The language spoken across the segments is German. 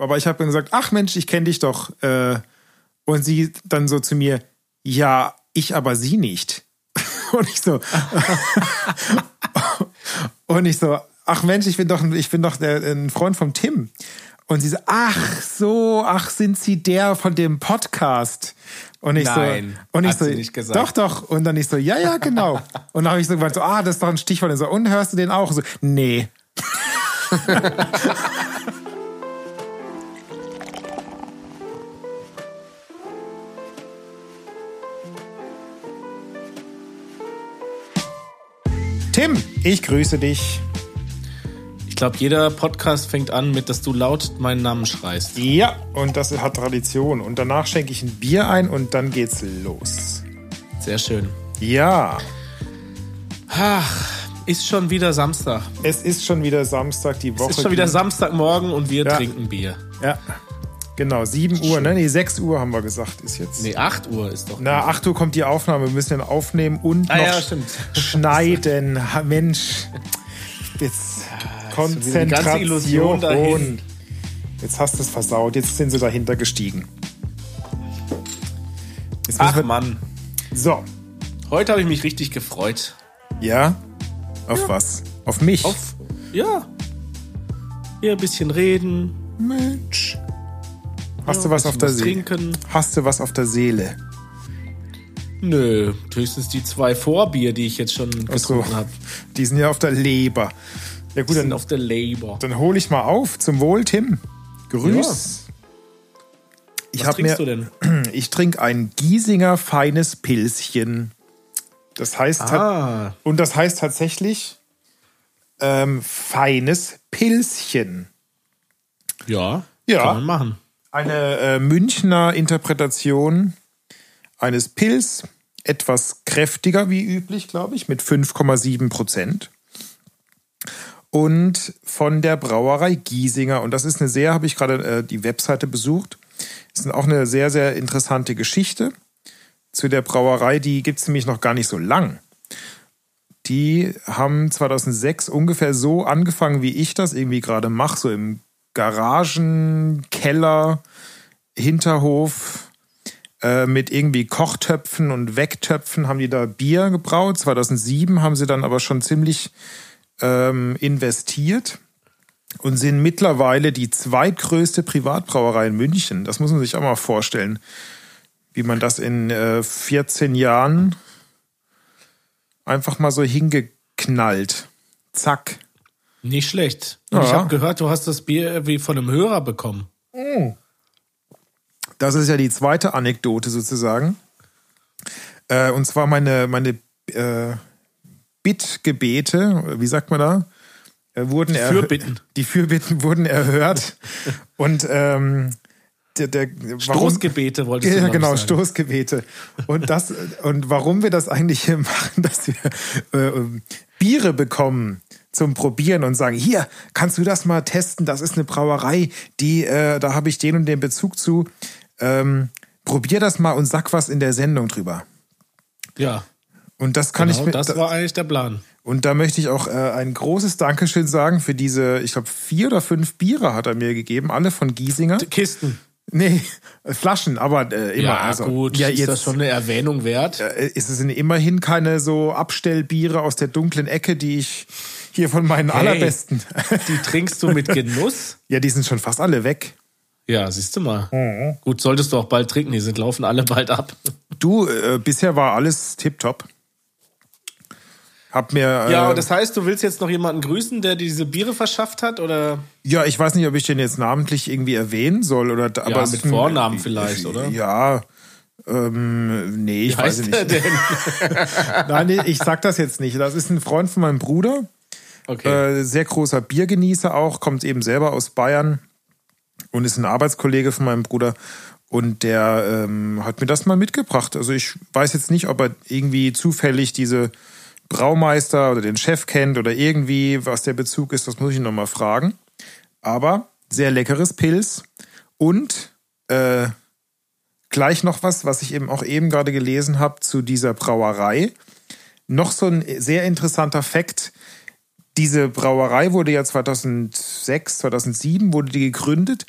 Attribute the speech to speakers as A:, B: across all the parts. A: Aber ich habe dann gesagt, ach Mensch, ich kenne dich doch. Äh, und sie dann so zu mir, ja, ich aber sie nicht. Und ich so, und ich so, ach Mensch, ich bin doch, ein- ich bin doch der, ein Freund vom Tim. Und sie so, ach so, ach sind Sie der von dem Podcast? Und ich
B: Nein,
A: so, und ich
B: hat
A: so,
B: sie nicht gesagt.
A: doch, doch. Und dann ich so, ja, ja, genau. Und dann habe ich so gemeint, so, ah, das ist doch ein Stichwort. Und so, und hörst du den auch? So, nee. Tim, ich grüße dich.
B: Ich glaube, jeder Podcast fängt an mit, dass du laut meinen Namen schreist.
A: Ja, und das hat Tradition. Und danach schenke ich ein Bier ein und dann geht's los.
B: Sehr schön.
A: Ja,
B: Ach, ist schon wieder Samstag.
A: es ist schon wieder Samstag, die Woche.
B: Es ist schon wieder
A: ging-
B: Samstagmorgen und wir
A: Ja.
B: trinken Bier.
A: Ja, genau, 7 Uhr, ne? Nee, 6 Uhr haben wir gesagt, ist jetzt.
B: Nee, 8 Uhr ist doch.
A: Na, 8 Uhr kommt die Aufnahme, wir müssen den aufnehmen und
B: Ah
A: noch
B: ja, stimmt.
A: schneiden. Ha, Mensch, jetzt
B: wieder die ganze
A: Konzentration.
B: Illusion dahin.
A: Jetzt hast du es versaut, jetzt sind sie dahinter gestiegen. Jetzt müssen
B: Ach
A: wir-
B: Mann,
A: So,
B: heute habe ich mich richtig gefreut.
A: ja? Auf was? Auf mich?
B: Auf. Ja. Hier ein bisschen reden,
A: Mensch. Hast du was auf der
B: was
A: Seele?
B: trinken.
A: Hast du was auf der Seele?
B: Nö, höchstens die zwei Vorbier, die ich jetzt schon
A: Achso,
B: getrunken habe.
A: die sind ja auf der Leber. Ja
B: Die
A: gut,
B: sind
A: dann,
B: auf der Labor.
A: dann hole ich mal auf. Zum Wohl, Tim. Grüß. Ich
B: Was
A: hab
B: trinkst
A: mir,
B: du denn?
A: Ich trinke ein Giesinger feines Pilzchen. Das heißt, ta-
B: Ah,
A: und das heißt tatsächlich ähm, feines Pilzchen.
B: ja.
A: Ja.
B: Kann man machen.
A: Eine äh, Münchner Interpretation eines Pils, etwas kräftiger wie üblich, glaube ich, mit 5,7 Prozent. Und von der Brauerei Giesinger. Und das ist eine sehr, habe ich gerade äh, die Webseite besucht. Ist auch eine sehr, sehr interessante Geschichte zu der Brauerei. Die gibt es nämlich noch gar nicht so lang. Die haben 2006 ungefähr so angefangen, wie ich das irgendwie gerade mache, so im Garagen, Keller, Hinterhof, äh, mit irgendwie Kochtöpfen und Wegtöpfen haben die da Bier gebraut. 2007 haben sie dann aber schon ziemlich ähm, investiert und sind mittlerweile die zweitgrößte Privatbrauerei in München. Das muss man sich auch mal vorstellen, wie man das in äh, 14 Jahren einfach mal so hingeknallt. Zack.
B: Nicht schlecht. Und
A: Ja.
B: ich habe gehört, du hast das Bier irgendwie von einem Hörer bekommen.
A: Das ist ja die zweite Anekdote sozusagen. Äh, und zwar meine, meine äh, Bittgebete, wie sagt man da? Äh, wurden erhö-
B: Fürbitten.
A: Die Fürbitten wurden erhört. und ähm, der, der, warum-
B: Stoßgebete wolltest du
A: ja,
B: glaub ich,
A: genau,
B: sagen.
A: Stoßgebete. Und, das, und warum wir das eigentlich hier machen, dass wir äh, ähm, Biere bekommen zum Probieren und sagen, hier, kannst du das mal testen? Das ist eine Brauerei, die, äh, da habe ich den und den Bezug zu. Ähm, probier das mal und sag was in der Sendung drüber.
B: Ja,
A: Und das kann ich
B: genau,
A: mir,
B: das war eigentlich der Plan.
A: und da möchte ich auch äh, ein großes Dankeschön sagen für diese, ich glaube, vier oder fünf Biere hat er mir gegeben, alle von Giesinger.
B: Kisten.
A: Nee, Flaschen, aber äh, immer.
B: Ja,
A: also,
B: gut,
A: ja,
B: ist das schon eine Erwähnung wert?
A: Äh, es sind immerhin keine so Abstellbiere aus der dunklen Ecke, die ich hier von meinen allerbesten.
B: Die trinkst du mit Genuss?
A: ja, die sind schon fast alle weg.
B: Ja, siehst du mal. Gut, solltest du auch bald trinken, die sind laufen alle bald ab.
A: Du, äh, bisher war alles tipptopp. Hab mir. Äh,
B: Ja,
A: ja,
B: und das heißt, du willst jetzt noch jemanden grüßen, der dir diese Biere verschafft hat? Oder?
A: ich weiß nicht, ob ich den jetzt namentlich irgendwie erwähnen soll. Oder, ja, aber es
B: mit
A: ist ein- Äh,
B: Vornamen vielleicht, oder?
A: Ja. Ähm, nee, ich weiß es
B: Heißt der
A: nicht.
B: denn?
A: Nein, nee, ich sag das jetzt nicht. Das ist ein Freund von meinem Bruder.
B: Okay.
A: äh, sehr großer Biergenießer auch, kommt eben selber aus Bayern und ist ein Arbeitskollege von meinem Bruder. Und der ähm, hat mir das mal mitgebracht. Also ich weiß jetzt nicht, ob er irgendwie zufällig diese Braumeister oder den Chef kennt oder irgendwie, was der Bezug ist, das muss ich ihn nochmal fragen. Aber sehr leckeres Pilz und äh, gleich noch was, was ich eben auch eben gerade gelesen habe zu dieser Brauerei. Noch so ein sehr interessanter Fakt, diese Brauerei wurde ja 2006, 2007 wurde die gegründet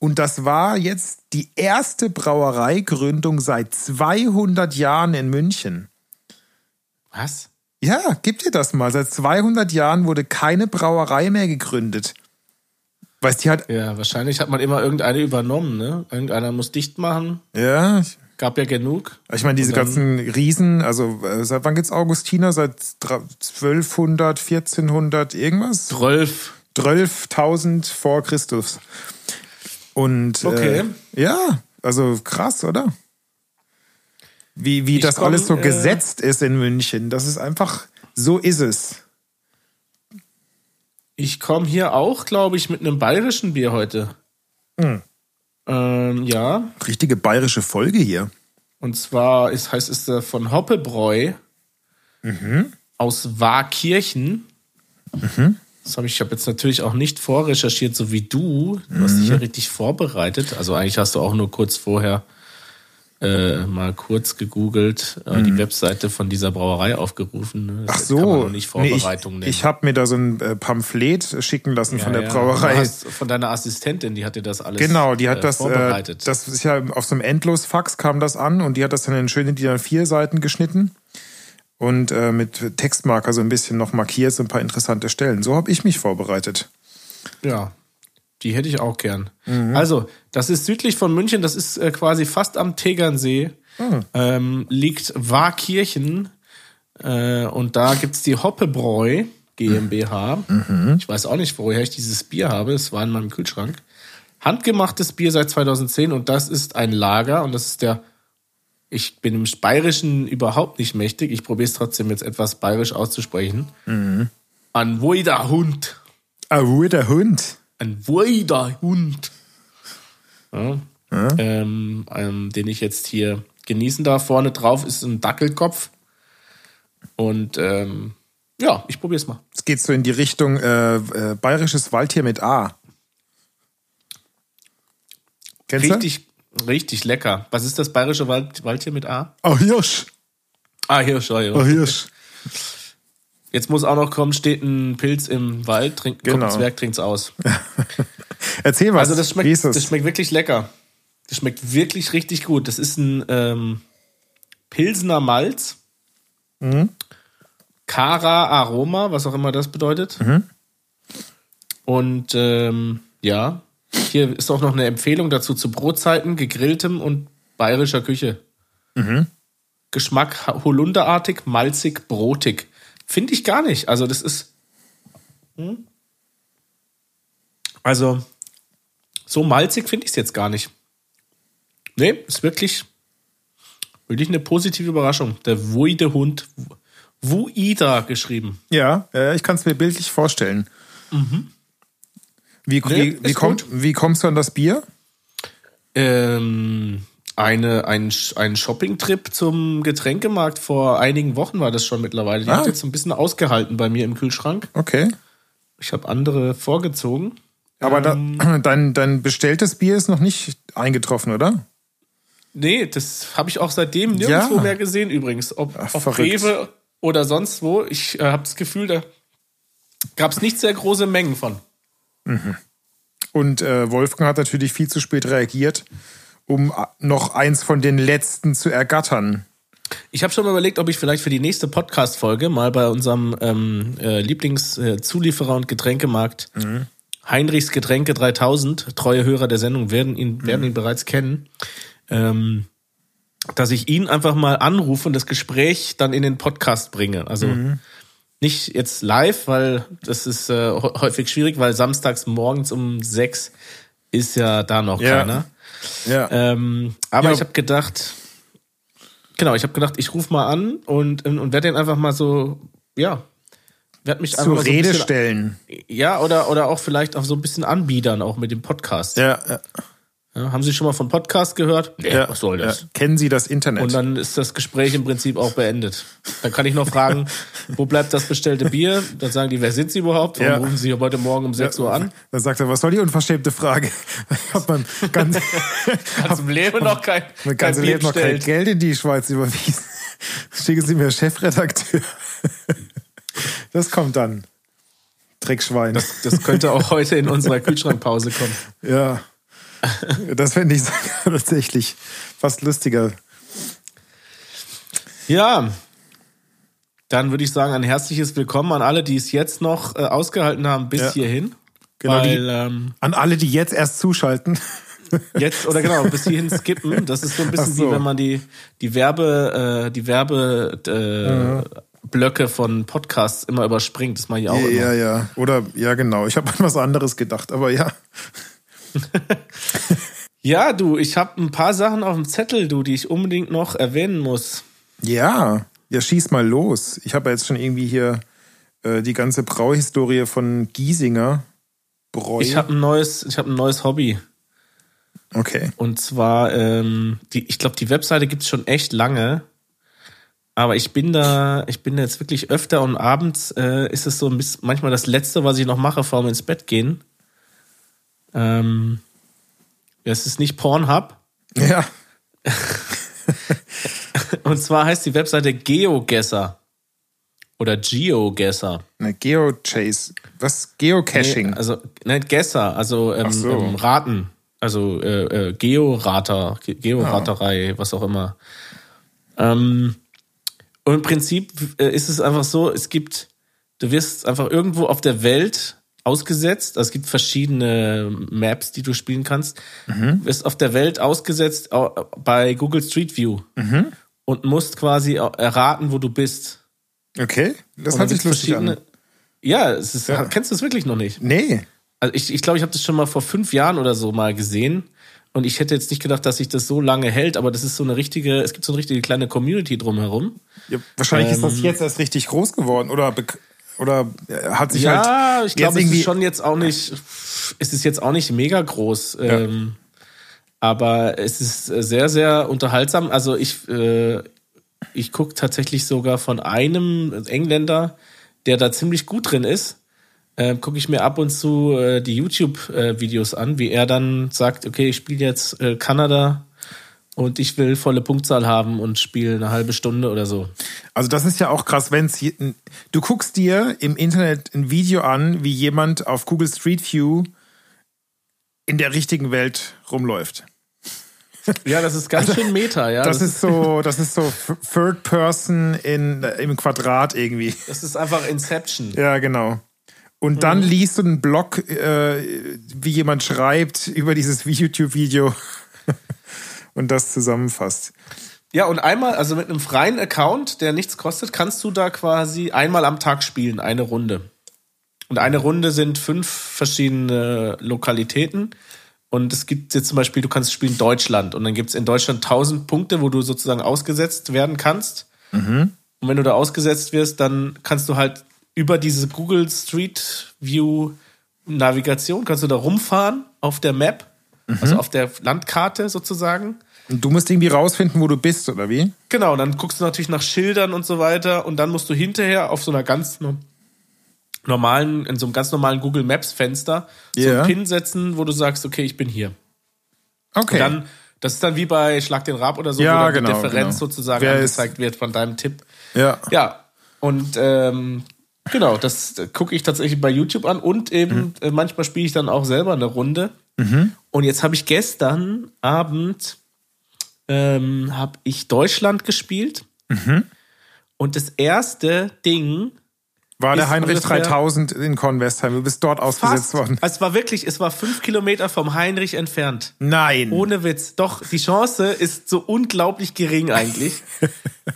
A: Und das war jetzt die erste Brauereigründung seit 200 Jahren in München.
B: Was?
A: Ja, gib dir das mal. Seit 200 Jahren wurde keine Brauerei mehr gegründet. Weißt du, die hat.
B: Ja, wahrscheinlich hat man immer irgendeine übernommen, ne? Irgendeiner muss dicht machen.
A: Ja, ich,
B: Gab ja genug.
A: ich meine, diese
B: Und dann-
A: ganzen Riesen. Also, äh, seit wann gibt's Augustiner? Seit dra- 1200, 1400, irgendwas?
B: Rolf.
A: 12.000 vor Christus. Und
B: Okay.
A: äh, ja, also krass, oder? Wie, wie
B: Ich
A: das
B: komm,
A: alles so
B: äh,
A: gesetzt ist in München. Das ist einfach, so ist es.
B: Ich komme hier auch, glaube ich, mit einem bayerischen Bier heute.
A: Hm.
B: Ähm, ja.
A: Richtige bayerische Folge hier.
B: Und zwar ist, heißt es äh, von Hoppebräu
A: Mhm.
B: aus Warkirchen. Das habe ich, ich habe jetzt natürlich auch nicht vorrecherchiert, so wie du. Du hast
A: Mhm.
B: dich ja richtig vorbereitet. Also eigentlich hast du auch nur kurz vorher äh, mal kurz gegoogelt, äh, die Webseite von dieser Brauerei aufgerufen. ne?
A: Mhm.
B: Das
A: Ach so.
B: Kann man auch nicht
A: Nee, ich
B: Vorbereitung nennen.
A: ich habe mir da so ein äh, Pamphlet schicken lassen von der
B: Ja, ja. Du
A: Brauerei.
B: hast von deiner Assistentin, die hatte das alles
A: Genau, die hat
B: äh,
A: das, äh,
B: vorbereitet.
A: das ist ja auf so einem Endlosfax kam das an und die hat das dann in schöne DIN vier Seiten geschnitten und äh, mit Textmarker so ein bisschen noch markiert, so ein paar interessante Stellen. So habe ich mich vorbereitet.
B: Ja, die hätte ich auch gern. Also, das ist südlich von München, das ist äh, quasi fast am Tegernsee, ähm, liegt Warkirchen äh, und da gibt's die Hoppebräu GmbH. Ich weiß auch nicht, woher ich dieses Bier habe, es war in meinem Kühlschrank. Handgemachtes Bier seit 2010 und das ist ein Lager und das ist der ich bin im Bayerischen überhaupt nicht mächtig. Ich probiere es trotzdem jetzt etwas bayerisch auszusprechen. An Woida Hund.
A: Ah, wo der Hund?
B: Ein wilder Hund. Ja. Ähm, ähm, den ich jetzt hier genießen darf. Vorne drauf ist ein Dackelkopf. Und ähm, ja, ich probiere es mal.
A: Es geht so in die Richtung äh, äh, bayerisches Waldtier mit A. Kennst
B: Richtig, richtig lecker. Was ist das bayerische Wald, Waldtier mit A?
A: du? Oh, Hirsch.
B: Ah, Hirsch. Ah, Hirsch.
A: Oh, Hirsch.
B: Jetzt muss auch noch kommen, steht ein Pilz im Wald, trinkt,
A: Genau.
B: kommt ein Zwerg, trinkt's aus.
A: Erzähl was.
B: Also das
A: Wie
B: schmeckt,
A: ist es?
B: das schmeckt wirklich lecker. Das schmeckt wirklich richtig gut. Das ist ein ähm, Pilsener Malz.
A: Mhm.
B: Cara Aroma, was auch immer das bedeutet.
A: Mhm.
B: Und ähm, ja, hier ist auch noch eine Empfehlung dazu zu Brotzeiten, gegrilltem und bayerischer Küche.
A: Mhm.
B: Geschmack ha- holunderartig, malzig, brotig. Finde ich gar nicht. Also das ist... Hm? Also so malzig finde ich es jetzt gar nicht. Nee, ist wirklich, wirklich eine positive Überraschung. Der wuide Hund, Wuida geschrieben.
A: Ja, äh, ich kann es mir bildlich vorstellen. Wie,
B: Mhm. Nee,
A: wie, wie,
B: ist
A: kommt, wie kommst du an das Bier?
B: Ähm, eine, ein, Sch- ein Shopping-Trip zum Getränkemarkt vor einigen Wochen war das schon mittlerweile. Die
A: Ah.
B: hat jetzt so ein bisschen ausgehalten bei mir im Kühlschrank.
A: Okay.
B: Ich habe andere vorgezogen.
A: Aber da, dein, dein bestelltes Bier ist noch nicht eingetroffen, oder?
B: Nee, das habe ich auch seitdem nirgendwo
A: Ja.
B: mehr gesehen übrigens. Ob
A: Ach,
B: auf
A: verrückt.
B: Rewe oder sonst wo. Ich äh, habe das Gefühl, da gab es nicht sehr große Mengen von.
A: Und äh, Wolfgang hat natürlich viel zu spät reagiert, um äh, noch eins von den letzten zu ergattern.
B: Ich habe schon mal überlegt, ob ich vielleicht für die nächste Podcast-Folge mal bei unserem ähm, äh, Lieblingszulieferer und Getränkemarkt Heinrichs Getränke 3000, treue Hörer der Sendung werden ihn, werden ihn bereits kennen, ähm, dass ich ihn einfach mal anrufe und das Gespräch dann in den Podcast bringe. Also nicht jetzt live, weil das ist äh, hä- häufig schwierig, weil samstags morgens um sechs ist ja da noch
A: Ja.
B: keiner.
A: Ja.
B: Ähm, aber
A: Ja.
B: ich habe gedacht, genau, ich habe gedacht, ich rufe mal an und, ähm, und werde den einfach mal so, ja, werde mich einfach
A: Zur
B: mal so ein
A: Rede
B: bisschen,
A: stellen.
B: Ja, oder, oder auch vielleicht auf so ein bisschen anbiedern, auch mit dem Podcast.
A: Ja, ja,
B: Ja, haben Sie schon mal vom Podcast gehört? Nee,
A: ja.
B: was soll das?
A: Ja. Kennen Sie das Internet?
B: Und dann ist das Gespräch im Prinzip auch beendet. Dann kann ich noch fragen, wo bleibt das bestellte Bier? Dann sagen die, wer sind Sie überhaupt? Warum
A: Ja.
B: rufen Sie heute Morgen um 6 Uhr an?
A: Äh, Dann sagt er, was soll die unverschämte Frage? Hat man ganz,
B: Hat im Leben noch kein,
A: Mit
B: kein
A: ganzem
B: Bier
A: Leben noch kein
B: bestellt.
A: Geld in die Schweiz überwiesen. Schicken Sie mir Chefredakteur. Das kommt dann. Trickschwein.
B: Das könnte auch heute in unserer Kühlschrankpause kommen.
A: ja. Das fände ich sogar tatsächlich fast lustiger.
B: Ja. Dann würde ich sagen, ein herzliches Willkommen an alle, die es jetzt noch äh, ausgehalten haben bis
A: Ja.
B: hierhin.
A: Genau, die-
B: weil ähm,
A: An alle, die jetzt erst zuschalten.
B: jetzt oder genau bis hierhin skippen, das ist so ein bisschen
A: Ach so.
B: wie wenn man die die Werbe äh, die Werbe äh, Blöcke von Podcasts immer überspringt. Das mache ich auch immer.
A: Ja, ja. Oder, ja, genau. Ich habe an was anderes gedacht, aber ja.
B: Ja, du, ich habe ein paar Sachen auf dem Zettel, du, die ich unbedingt noch erwähnen muss.
A: Ja, ja, schieß mal los. Ich habe ja jetzt schon irgendwie hier äh, die ganze Brauhistorie von Giesinger. Bräu.
B: Ich habe ein neues, ich habe ein neues Hobby.
A: okay.
B: Und zwar, ähm, die, ich glaube, die Webseite gibt's schon echt lange. Aber ich bin da, ich bin da jetzt wirklich öfter und abends äh, ist es so ein bisschen, manchmal das Letzte, was ich noch mache, vor dem ins Bett gehen. Ähm, es ist nicht Pornhub.
A: Ja.
B: Und zwar heißt die Webseite GeoGesser. Oder GeoGesser.
A: Ne, Geochase. Was? Geocaching.
B: Nee, also, nicht Gesser, also ähm,
A: so.
B: ähm, Raten. Also äh, äh, Georater, Ge- Georaterei, was auch immer. Ähm, und im Prinzip äh, ist es einfach so, es gibt, du wirst einfach irgendwo auf der Welt ausgesetzt. Also es gibt verschiedene Maps, die du spielen kannst.
A: Mhm.
B: Du wirst auf der Welt ausgesetzt au- bei Google Street View
A: Mhm.
B: und musst quasi au- erraten, wo du bist.
A: okay. Das
B: Und
A: hat
B: dann
A: sich
B: gibt's
A: lustig an.
B: Ja, es ist, kennst du es wirklich noch nicht?
A: Nee.
B: Also ich glaube, ich, glaub, ich habe das schon mal vor fünf Jahren oder so mal gesehen. Und ich hätte jetzt nicht gedacht, dass sich das so lange hält, aber das ist so eine richtige, es gibt so eine richtige kleine Community drumherum.
A: Ja, wahrscheinlich ist
B: Ähm.
A: das jetzt erst richtig groß geworden oder, bek- oder äh, hat sich halt.
B: Ja, ich
A: jetzt
B: glaube, es
A: irgendwie-
B: ist schon jetzt auch nicht, es ist jetzt auch nicht mega groß. Ähm, aber es ist äh, sehr, sehr unterhaltsam. Also ich, äh, ich gucke tatsächlich sogar von einem Engländer, der da ziemlich gut drin ist, äh, gucke ich mir ab und zu äh, die YouTube-Videos an, wie er dann sagt, okay, ich spiele jetzt äh, Kanada und ich will volle Punktzahl haben und spiele eine halbe Stunde oder so.
A: Also das ist ja auch krass, wenn du guckst dir im Internet ein Video an, wie jemand auf Google Street View in der richtigen Welt rumläuft.
B: Ja, das Also, ist ganz schön Meta, ja.
A: Das ist so, das ist so Third Person in, im Quadrat irgendwie.
B: das ist einfach Inception.
A: Ja, genau. Und dann
B: Mhm.
A: liest du einen Blog, äh, wie jemand schreibt über dieses YouTube-Video und das zusammenfasst.
B: Ja, und einmal, also mit einem freien Account, der nichts kostet, kannst du da quasi einmal am Tag spielen, eine Runde. Und eine Runde sind fünf verschiedene Lokalitäten. Und es gibt jetzt zum Beispiel, du kannst spielen Deutschland. Und dann gibt es in Deutschland 1000 Punkte, wo du sozusagen ausgesetzt werden kannst. Und wenn du da ausgesetzt wirst, dann kannst du halt über diese Google Street View Navigation, kannst du da rumfahren auf der Map, also auf der Landkarte sozusagen.
A: Und du musst irgendwie rausfinden, wo du bist, oder wie?
B: Genau, dann guckst du natürlich nach Schildern und so weiter und dann musst du hinterher auf so einer ganz no- normalen, in so einem ganz normalen Google Maps Fenster so
A: Ja.
B: einen Pin setzen, wo du sagst, okay, ich bin hier.
A: Okay.
B: Dann, das ist dann wie bei Schlag den Rab oder so,
A: Ja,
B: wo dann
A: genau,
B: die Differenz
A: genau.
B: sozusagen
A: Wer ist-
B: angezeigt wird von deinem Tipp.
A: ja.
B: Ja, und ähm, genau, das gucke ich tatsächlich bei YouTube an und eben äh, manchmal spiele ich dann auch selber eine Runde. Und jetzt habe ich gestern Abend ähm, habe ich Deutschland gespielt. Und das erste Ding
A: War der
B: Ist
A: Heinrich
B: ungefähr-
A: 3000 in Kornwestheim. Du bist dort ausgesetzt
B: fast, also
A: worden.
B: es war wirklich, es war fünf Kilometer vom Heinrich entfernt.
A: Nein.
B: Ohne Witz. Doch, die Chance ist so unglaublich gering eigentlich.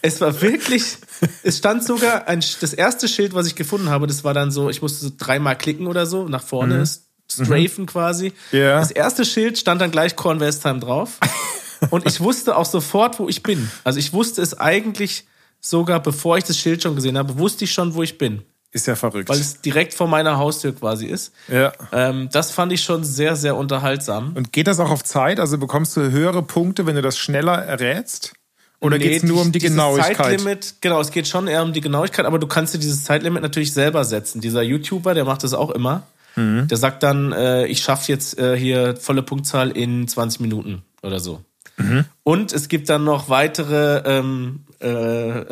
B: es war wirklich, es stand sogar ein, das erste Schild, was ich gefunden habe, das war dann so, ich musste so dreimal klicken oder so, nach vorne, strafen quasi.
A: Mhm. Ja.
B: Das erste Schild stand dann gleich Kornwestheim drauf. Und ich wusste auch sofort, wo ich bin. Also ich wusste es eigentlich sogar, bevor ich das Schild schon gesehen habe, wusste ich schon, wo ich bin.
A: Ist ja verrückt.
B: Weil es direkt vor meiner Haustür quasi ist.
A: ja.
B: Ähm, das fand ich schon sehr, sehr unterhaltsam.
A: Und geht das auch auf Zeit? Also bekommst du höhere Punkte, wenn du das schneller errätst? Oder
B: Nee,
A: geht es nur um die
B: dieses
A: Genauigkeit?
B: Zeitlimit, genau, es geht schon eher um die Genauigkeit, aber du kannst dir dieses Zeitlimit natürlich selber setzen. Dieser YouTuber, der macht das auch immer.
A: Mhm.
B: Der sagt dann, äh, ich schaffe jetzt äh, hier volle Punktzahl in 20 Minuten oder so. Und es gibt dann noch weitere ähm, äh,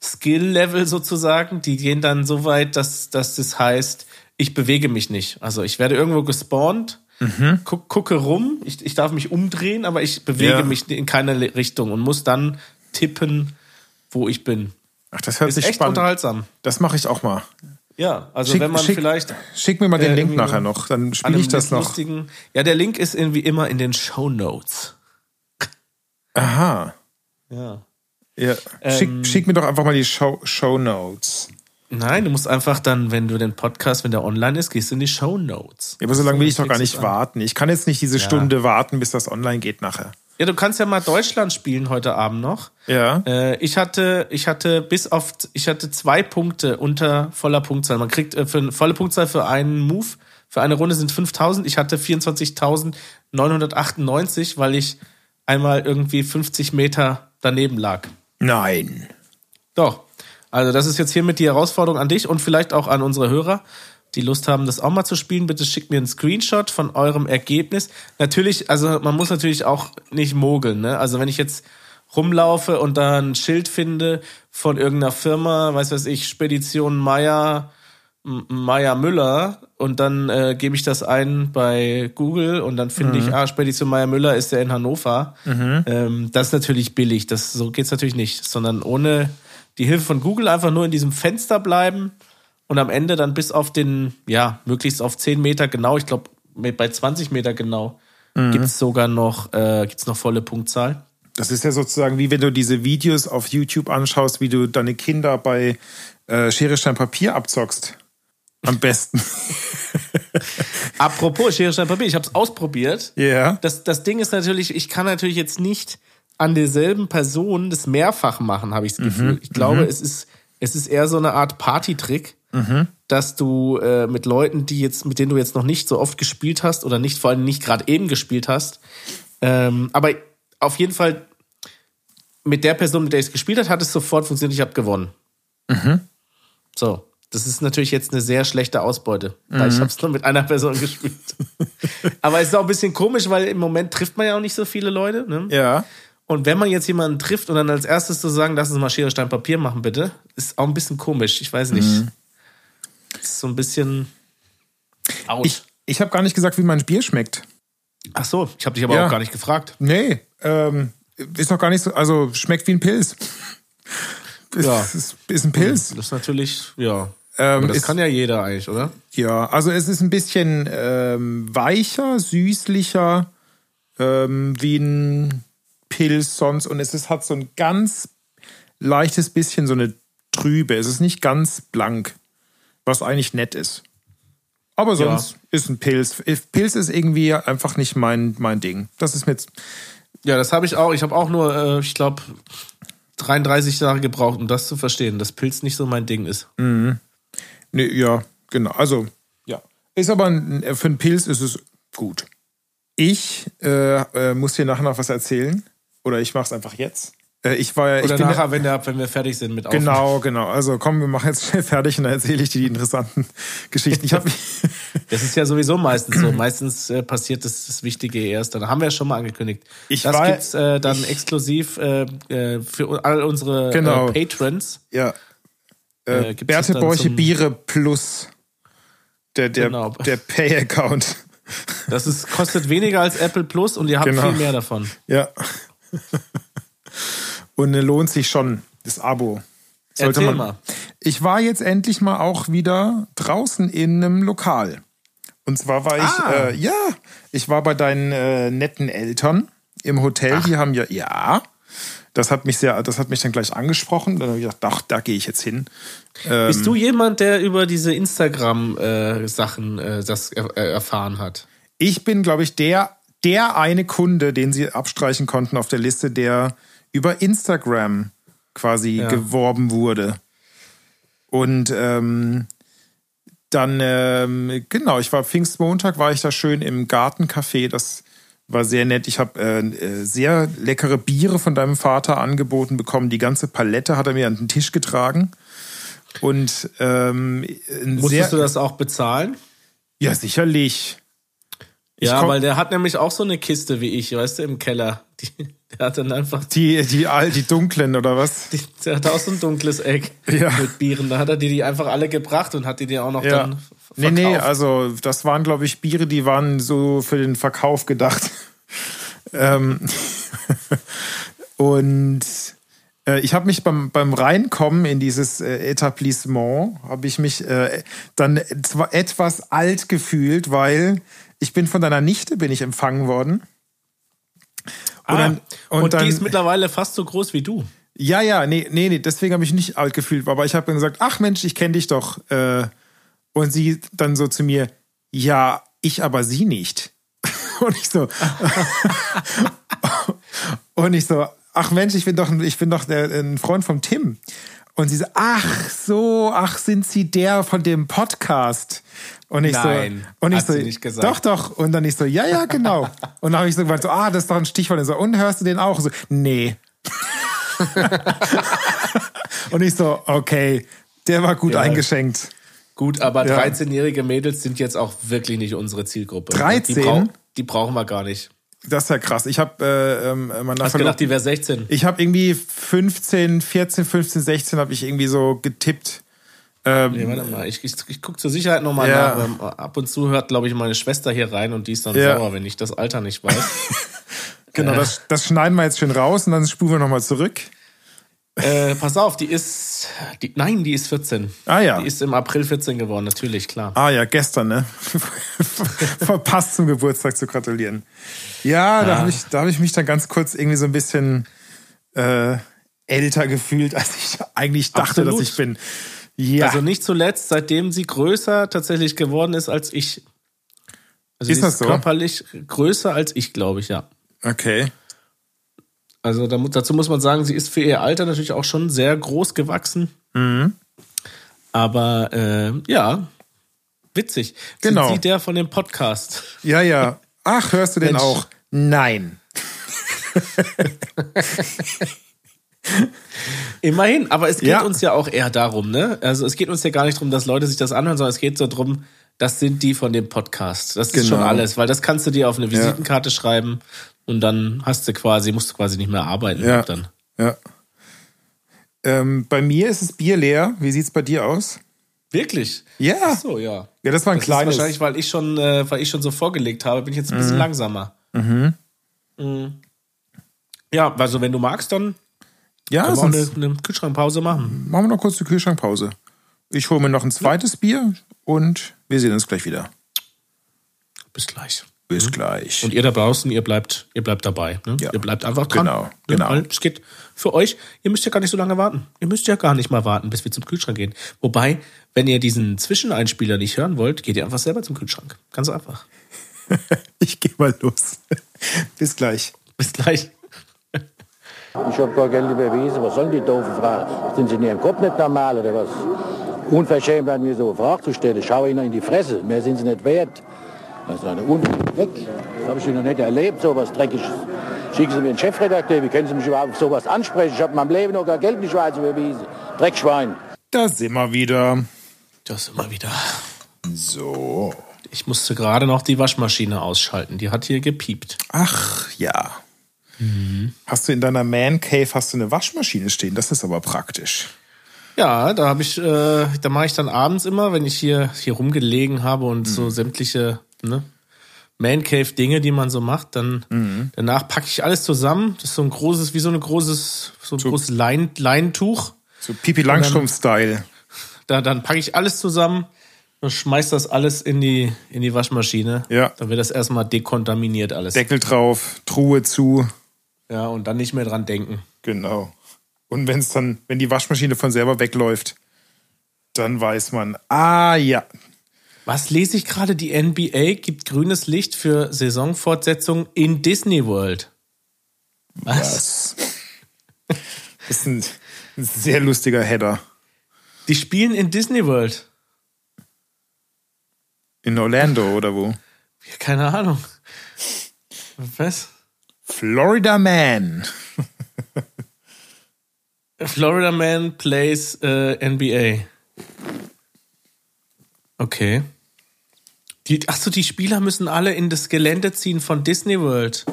B: Skill-Level sozusagen, die gehen dann so weit, dass, dass das heißt, ich bewege mich nicht. Also ich werde irgendwo gespawnt
A: Mhm.
B: guck, gucke rum. Ich, ich darf mich umdrehen, aber ich bewege
A: Ja.
B: mich in keine Le- Richtung und muss dann tippen, wo ich bin.
A: Ach, das hört
B: Ist
A: sich
B: echt
A: spannend.
B: unterhaltsam.
A: Das mache ich auch mal.
B: Ja, also
A: Schick-
B: wenn man
A: schick-
B: vielleicht
A: Schick mir mal den
B: äh,
A: Link
B: irgendwie
A: nachher noch, dann
B: an
A: spiele
B: einem
A: ich das noch.
B: lustigen. Ja, der Link ist irgendwie immer in den Show Notes.
A: Aha.
B: Ja.
A: Ja.
B: Ähm.
A: schick, schick mir doch einfach mal die Show, Show Notes.
B: Nein, du musst einfach dann, wenn du den Podcast, wenn der online ist, gehst du in die Show Notes.
A: Ja, aber so lange will ich
B: dann
A: doch gar
B: kriegst
A: nicht warten. Ich kann jetzt nicht diese Stunde warten, bis das online geht nachher.
B: Ja, du kannst ja mal Deutschland spielen heute Abend noch.
A: Ja.
B: Äh, ich hatte, ich hatte bis auf, ich hatte zwei Punkte unter voller Punktzahl. Man kriegt äh, für eine volle Punktzahl für einen Move, für eine Runde sind 5000. Ich hatte 24.998, weil ich einmal irgendwie 50 Meter daneben lag.
A: Nein.
B: Doch. Also, das ist jetzt hiermit die Herausforderung an dich und vielleicht auch an unsere Hörer, die Lust haben, das auch mal zu spielen. Bitte schickt mir einen Screenshot von eurem Ergebnis. Natürlich, also man muss natürlich auch nicht mogeln. Ne? Also, wenn ich jetzt rumlaufe und da ein Schild finde von irgendeiner Firma, weiß was ich, Spedition Meier, M- Meier Müller und dann äh, gebe ich das ein bei Google und dann finde ich, ah, Spedition Meier Müller ist der in Hannover. Ähm, das ist natürlich billig, das, so geht's natürlich nicht, sondern ohne die Hilfe von Google einfach nur in diesem Fenster bleiben und am Ende dann bis auf den, ja, möglichst auf 10 Meter genau, ich glaube bei 20 Meter genau, gibt's sogar noch, äh, gibt's noch volle Punktzahl.
A: Das ist ja sozusagen wie wenn du diese Videos auf YouTube anschaust, wie du deine Kinder bei äh, Schere, Stein, Papier abzockst. Am besten.
B: Apropos Schere, Stein, Papier, ich habe es ausprobiert.
A: Ja.
B: Das, das Ding ist natürlich, ich kann natürlich jetzt nicht an derselben Person das mehrfach machen, habe ich das Gefühl. Ich glaube, es, ist, es ist eher so eine Art Partytrick, dass du äh, mit Leuten, die jetzt, mit denen du jetzt noch nicht so oft gespielt hast oder nicht, vor allem nicht gerade eben gespielt hast, ähm, aber auf jeden Fall mit der Person, mit der ich es gespielt habe, hat es sofort funktioniert, ich habe gewonnen.
A: Mhm.
B: So. Das ist natürlich jetzt eine sehr schlechte Ausbeute, weil ich
A: Mhm.
B: habe es nur mit einer Person gespielt. Aber es ist auch ein bisschen komisch, weil im Moment trifft man ja auch nicht so viele Leute. Ne?
A: Ja.
B: Und wenn man jetzt jemanden trifft und dann als erstes zu sagen, lass uns mal Schere, Stein, Papier machen, bitte, ist auch ein bisschen komisch. Ich weiß nicht.
A: Mhm.
B: Ist so ein bisschen out.
A: Ich, ich habe gar nicht gesagt, wie mein Bier schmeckt.
B: Ach so, ich habe dich aber
A: Ja.
B: auch gar nicht gefragt.
A: Nee, ähm, ist noch gar nicht so, also schmeckt wie ein Pilz. Ist,
B: Ja.
A: ist, ist ein Pilz.
B: Das ist natürlich, ja.
A: Ähm,
B: aber das
A: ist-
B: kann ja jeder eigentlich, oder?
A: Ja, also es ist ein bisschen ähm, weicher, süßlicher, ähm, wie ein Pilz sonst. Und es ist, hat so ein ganz leichtes bisschen so eine Trübe. Es ist nicht ganz blank, was eigentlich nett ist. Aber sonst ist ein Pilz. Pilz ist irgendwie einfach nicht mein, mein Ding. Das ist mir jetzt
B: Ja, das habe ich auch. Ich habe auch nur, äh, ich glaube, 33 Jahre gebraucht, um das zu verstehen, dass Pilz nicht so mein Ding ist.
A: Nee, ja, genau. Also, ja. Ist aber ein, äh, für einen Pilz ist es gut. Ich äh, äh, muss dir nachher noch was erzählen. Oder ich mache es einfach jetzt. Äh, ich war ja. ich
B: Oder
A: bin ja-
B: nachher, wenn, der, wenn wir fertig sind mit Aufnehmen.
A: Genau, genau. Also komm, wir machen jetzt schnell fertig und dann erzähle ich dir die interessanten Geschichten. Ich habe
B: Das ist ja sowieso meistens so. Meistens äh, passiert das, das Wichtige erst. Dann haben wir ja schon mal angekündigt.
A: Ich
B: das
A: war-
B: gibt's äh, dann exklusiv äh, äh, für all unsere
A: Genau.
B: äh, Patrons.
A: ja, äh,
B: Äh, gibt's
A: Berthe
B: das dann
A: Borche
B: zum-
A: Biere Plus. Der, der,
B: Genau.
A: der Pay-Account.
B: Das ist, kostet weniger als Apple Plus und ihr habt
A: Genau.
B: viel mehr davon.
A: Ja. Und äh, lohnt sich schon, das Abo.
B: Erzähl mal.
A: Ich war jetzt endlich mal auch wieder draußen in einem Lokal. Und zwar war ich,
B: Ah.
A: äh, ja, ich war bei deinen äh, netten Eltern im Hotel. Die haben ja, ja, das hat mich sehr, das hat mich dann gleich angesprochen. Dann habe ich gedacht, ach, da gehe ich jetzt hin. Ähm.
B: Bist du jemand, der über diese Instagram-Sachen äh, das er, äh, erfahren hat?
A: Ich bin, glaube ich, der, der eine Kunde, den sie abstreichen konnten auf der Liste, der über Instagram quasi geworben wurde. Und ähm, dann, ähm, genau, ich war Pfingstmontag, war ich da schön im Gartencafé. Das war sehr nett. Ich habe äh, äh, sehr leckere Biere von deinem Vater angeboten bekommen. Die ganze Palette hat er mir an den Tisch getragen. Und ähm, ein sehr,
B: Musstest du das auch bezahlen?
A: ja, sicherlich.
B: Ja,
A: komm-
B: weil der hat nämlich auch so eine Kiste wie ich, weißt du, im Keller. Die, der hat dann einfach,
A: Die, die, all- die dunklen oder was?
B: die, der hat auch so ein dunkles Eck
A: Ja.
B: mit Bieren. Da hat er die, die einfach alle gebracht und hat die dir auch noch
A: Ja.
B: dann
A: Nee,
B: verkauft.
A: nee, also das waren, glaube ich, Biere, die waren so für den Verkauf gedacht. ähm, und äh, ich habe mich beim, beim Reinkommen in dieses äh, Etablissement, habe ich mich äh, dann zwar etwas alt gefühlt, weil ich bin von deiner Nichte, bin ich empfangen worden.
B: Ah, und,
A: dann- und dann-
B: die ist mittlerweile fast so groß wie du.
A: Ja, ja, nee, nee, nee, deswegen habe ich nicht alt gefühlt, aber ich habe dann gesagt, ach Mensch, ich kenne dich doch. Äh, und sie dann so zu mir, ja, ich aber sie nicht. Und ich so, und ich so, ach Mensch, ich bin doch, ich bin doch der, ein Freund vom Tim. Und sie so, ach so, ach sind Sie der von dem Podcast? Und ich
B: Nein,
A: so, und ich
B: hat
A: so,
B: sie nicht gesagt.
A: doch, doch. Und dann ich so, ja, ja, genau. Und dann habe ich so gemeint, so, ah, das ist doch ein Stichwort. Und so, und hörst du den auch? Und so, nee. und ich so, okay, der war gut eingeschenkt.
B: Gut, aber
A: Ja.
B: 13-jährige Mädels sind jetzt auch wirklich nicht unsere Zielgruppe.
A: 13?
B: Die, brau- die brauchen wir gar nicht.
A: Das ist ja krass. Ich habe äh, ähm, meiner
B: Hast
A: Verlo-
B: gedacht, die wäre 16.
A: Ich habe irgendwie 15, 14, 15, 16 habe ich irgendwie so getippt. Ähm,
B: Nee, warte mal, ich, ich, ich gucke zur Sicherheit nochmal
A: Ja.
B: nach. Ähm, ab und zu hört, glaube ich, meine Schwester hier rein und die ist dann
A: Ja.
B: sauer, wenn ich das Alter nicht weiß.
A: genau, das, das schneiden wir jetzt schön raus und dann spulen wir nochmal zurück.
B: äh, pass auf, die ist. Die, nein, die ist 14.
A: Ah, ja.
B: Die ist im April 14 geworden, natürlich, klar.
A: Ah ja, gestern, ne? Verpasst zum Geburtstag zu gratulieren. Ja, da habe ich, da hab ich mich dann ganz kurz irgendwie so ein bisschen äh, älter gefühlt, als ich eigentlich dachte,
B: Absolut.
A: dass ich bin. Ja,
B: Also nicht zuletzt, seitdem sie größer tatsächlich geworden ist als ich. Also
A: Ist
B: sie
A: das so?
B: Körperlich größer als ich, glaube ich, ja.
A: okay.
B: Also da, mu- dazu muss man sagen, sie ist für ihr Alter natürlich auch schon sehr groß gewachsen.
A: Mhm.
B: Aber äh, ja, witzig.
A: Genau.
B: Sind sie der von dem Podcast?
A: Ja, ja. Ach, hörst du den
B: Mensch.
A: auch? Nein.
B: Immerhin, aber es geht
A: Ja.
B: uns ja auch eher darum, ne? Also es geht uns ja gar nicht darum, dass Leute sich das anhören, sondern es geht so drum, das sind die von dem Podcast. Das ist schon
A: Genau.
B: alles, weil das kannst du dir auf eine Visitenkarte schreiben und dann hast du quasi, musst du quasi nicht mehr arbeiten
A: Ja.
B: dann.
A: Ja. Ähm, bei mir ist es Bier leer. Wie sieht's bei dir aus?
B: Wirklich?
A: Ja.
B: Ach so, ja.
A: Ja, das war ein
B: Das
A: kleines.
B: ist wahrscheinlich, weil ich schon, äh, weil ich schon so vorgelegt habe, bin ich jetzt ein bisschen langsamer.
A: Mhm.
B: Mhm. Ja, also wenn du magst, dann
A: ja,
B: können wir auch eine,
A: Ah, sonst
B: eine Kühlschrankpause machen.
A: machen wir noch kurz die Kühlschrankpause. Ich hole mir noch ein zweites Bier und wir sehen uns gleich wieder.
B: Bis gleich.
A: Bis gleich.
B: Mhm. Und ihr da draußen, ihr bleibt, ihr bleibt dabei. Ne?
A: Ja.
B: Ihr bleibt einfach dran.
A: Genau,
B: ne?
A: genau.
B: Weil es geht für euch, ihr müsst ja gar nicht so lange warten. Ihr müsst ja gar nicht mal warten, bis wir zum Kühlschrank gehen. Wobei, wenn ihr diesen Zwischeneinspieler nicht hören wollt, geht ihr einfach selber zum Kühlschrank. Ganz einfach.
A: Ich gehe mal los. Bis gleich.
B: Bis gleich.
C: Ich habe gar Geld überwiesen. Was sollen die doofen Fragen? Sind sie in ihrem Kopf nicht normal oder was? Unverschämt an mir so eine Frage zu stellen. Schau ihnen in die Fresse. Mehr sind sie nicht wert. Das ist eine Un weg. Das habe ich noch nicht erlebt, so was Dreckiges. Schicken Sie mir einen Chefredakteur. Wie können Sie mich überhaupt auf sowas ansprechen? Ich habe in meinem Leben noch gar Geld nicht weiß überwiesen. Dreckschwein.
A: Da sind wir wieder.
B: Das immer wieder.
A: So.
B: Ich musste gerade noch die Waschmaschine ausschalten. Die hat hier gepiept.
A: Ach ja.
B: Mhm.
A: Hast du in deiner Man Cave hast du eine Waschmaschine stehen? Das ist aber praktisch.
B: Ja, da habe ich, äh, da mache ich dann abends immer, wenn ich hier, hier rumgelegen habe und so sämtliche ne, Mancave-Dinge, die man so macht, dann danach packe ich alles zusammen. Das ist so ein großes, wie so ein großes, so ein großes Lein, Leintuch.
A: So Pipi Langstrumpf-Style.
B: Da, dann packe ich alles zusammen und schmeiß das alles in die, in die Waschmaschine.
A: Ja.
B: Dann wird das erstmal dekontaminiert alles.
A: Deckel drauf, Truhe zu.
B: ja, und dann nicht mehr dran denken.
A: Genau. Und wenn es dann, wenn die Waschmaschine von selber wegläuft, dann weiß man, ah ja,
B: Was lese ich gerade? Die NBA gibt grünes Licht für Saisonfortsetzung in Disney World. Was?
A: das ist ein, ein sehr lustiger Header.
B: Die spielen in Disney World.
A: In Orlando oder wo?
B: Ja, keine Ahnung. Was?
A: Florida Man.
B: Florida Man plays äh, NBA. Okay. Die, achso, die Spieler müssen alle in das Gelände ziehen von Disney World.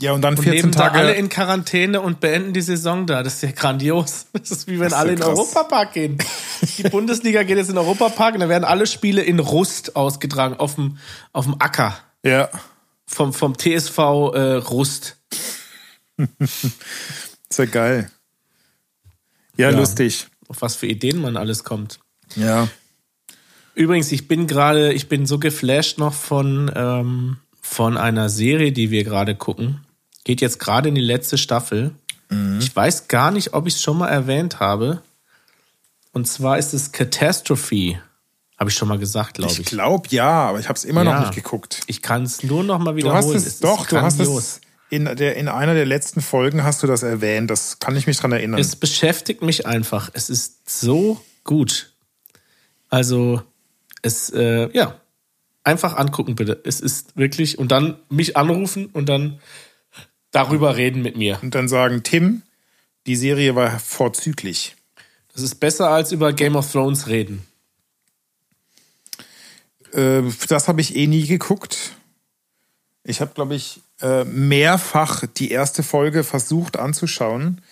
A: Ja, und dann
B: Und
A: 14
B: leben
A: Tage.
B: da alle in Quarantäne und beenden die Saison da. Das ist ja grandios. Das ist wie wenn
A: ist
B: alle
A: ja
B: in den
A: krass.
B: Europapark gehen. Die Bundesliga geht jetzt in den Europapark und da werden alle Spiele in Rust ausgetragen, auf dem, auf dem Acker.
A: ja.
B: Vom, vom TSV äh, Rust.
A: Ist ja geil. Ja,
B: Ja.
A: lustig.
B: Auf was für Ideen man alles kommt.
A: Ja.
B: Übrigens, ich bin gerade, ich bin so geflasht noch von, ähm, von einer Serie, die wir gerade gucken. Geht jetzt gerade in die letzte Staffel.
A: Mhm.
B: Ich weiß gar nicht, ob ich es schon mal erwähnt habe. Und zwar ist es Catastrophe. Habe ich schon mal gesagt, glaube ich.
A: Ich glaube ja, aber ich habe es immer
B: Ja.
A: noch nicht geguckt.
B: Ich kann es nur noch mal
A: Du
B: wiederholen.
A: hast es,
B: ist
A: doch, du hast
B: grandios.
A: es in, der, in einer der letzten Folgen hast du das erwähnt. Das kann ich mich dran erinnern.
B: Es beschäftigt mich einfach. Es ist so gut. Also, es, äh, ja, einfach angucken bitte. Es ist wirklich, und dann mich anrufen und dann darüber reden mit mir.
A: Und dann sagen, Tim, die Serie war vorzüglich.
B: Das ist besser als über Game of Thrones reden.
A: Äh, das habe ich eh nie geguckt. Ich habe, glaube ich, äh, mehrfach die erste Folge versucht anzuschauen,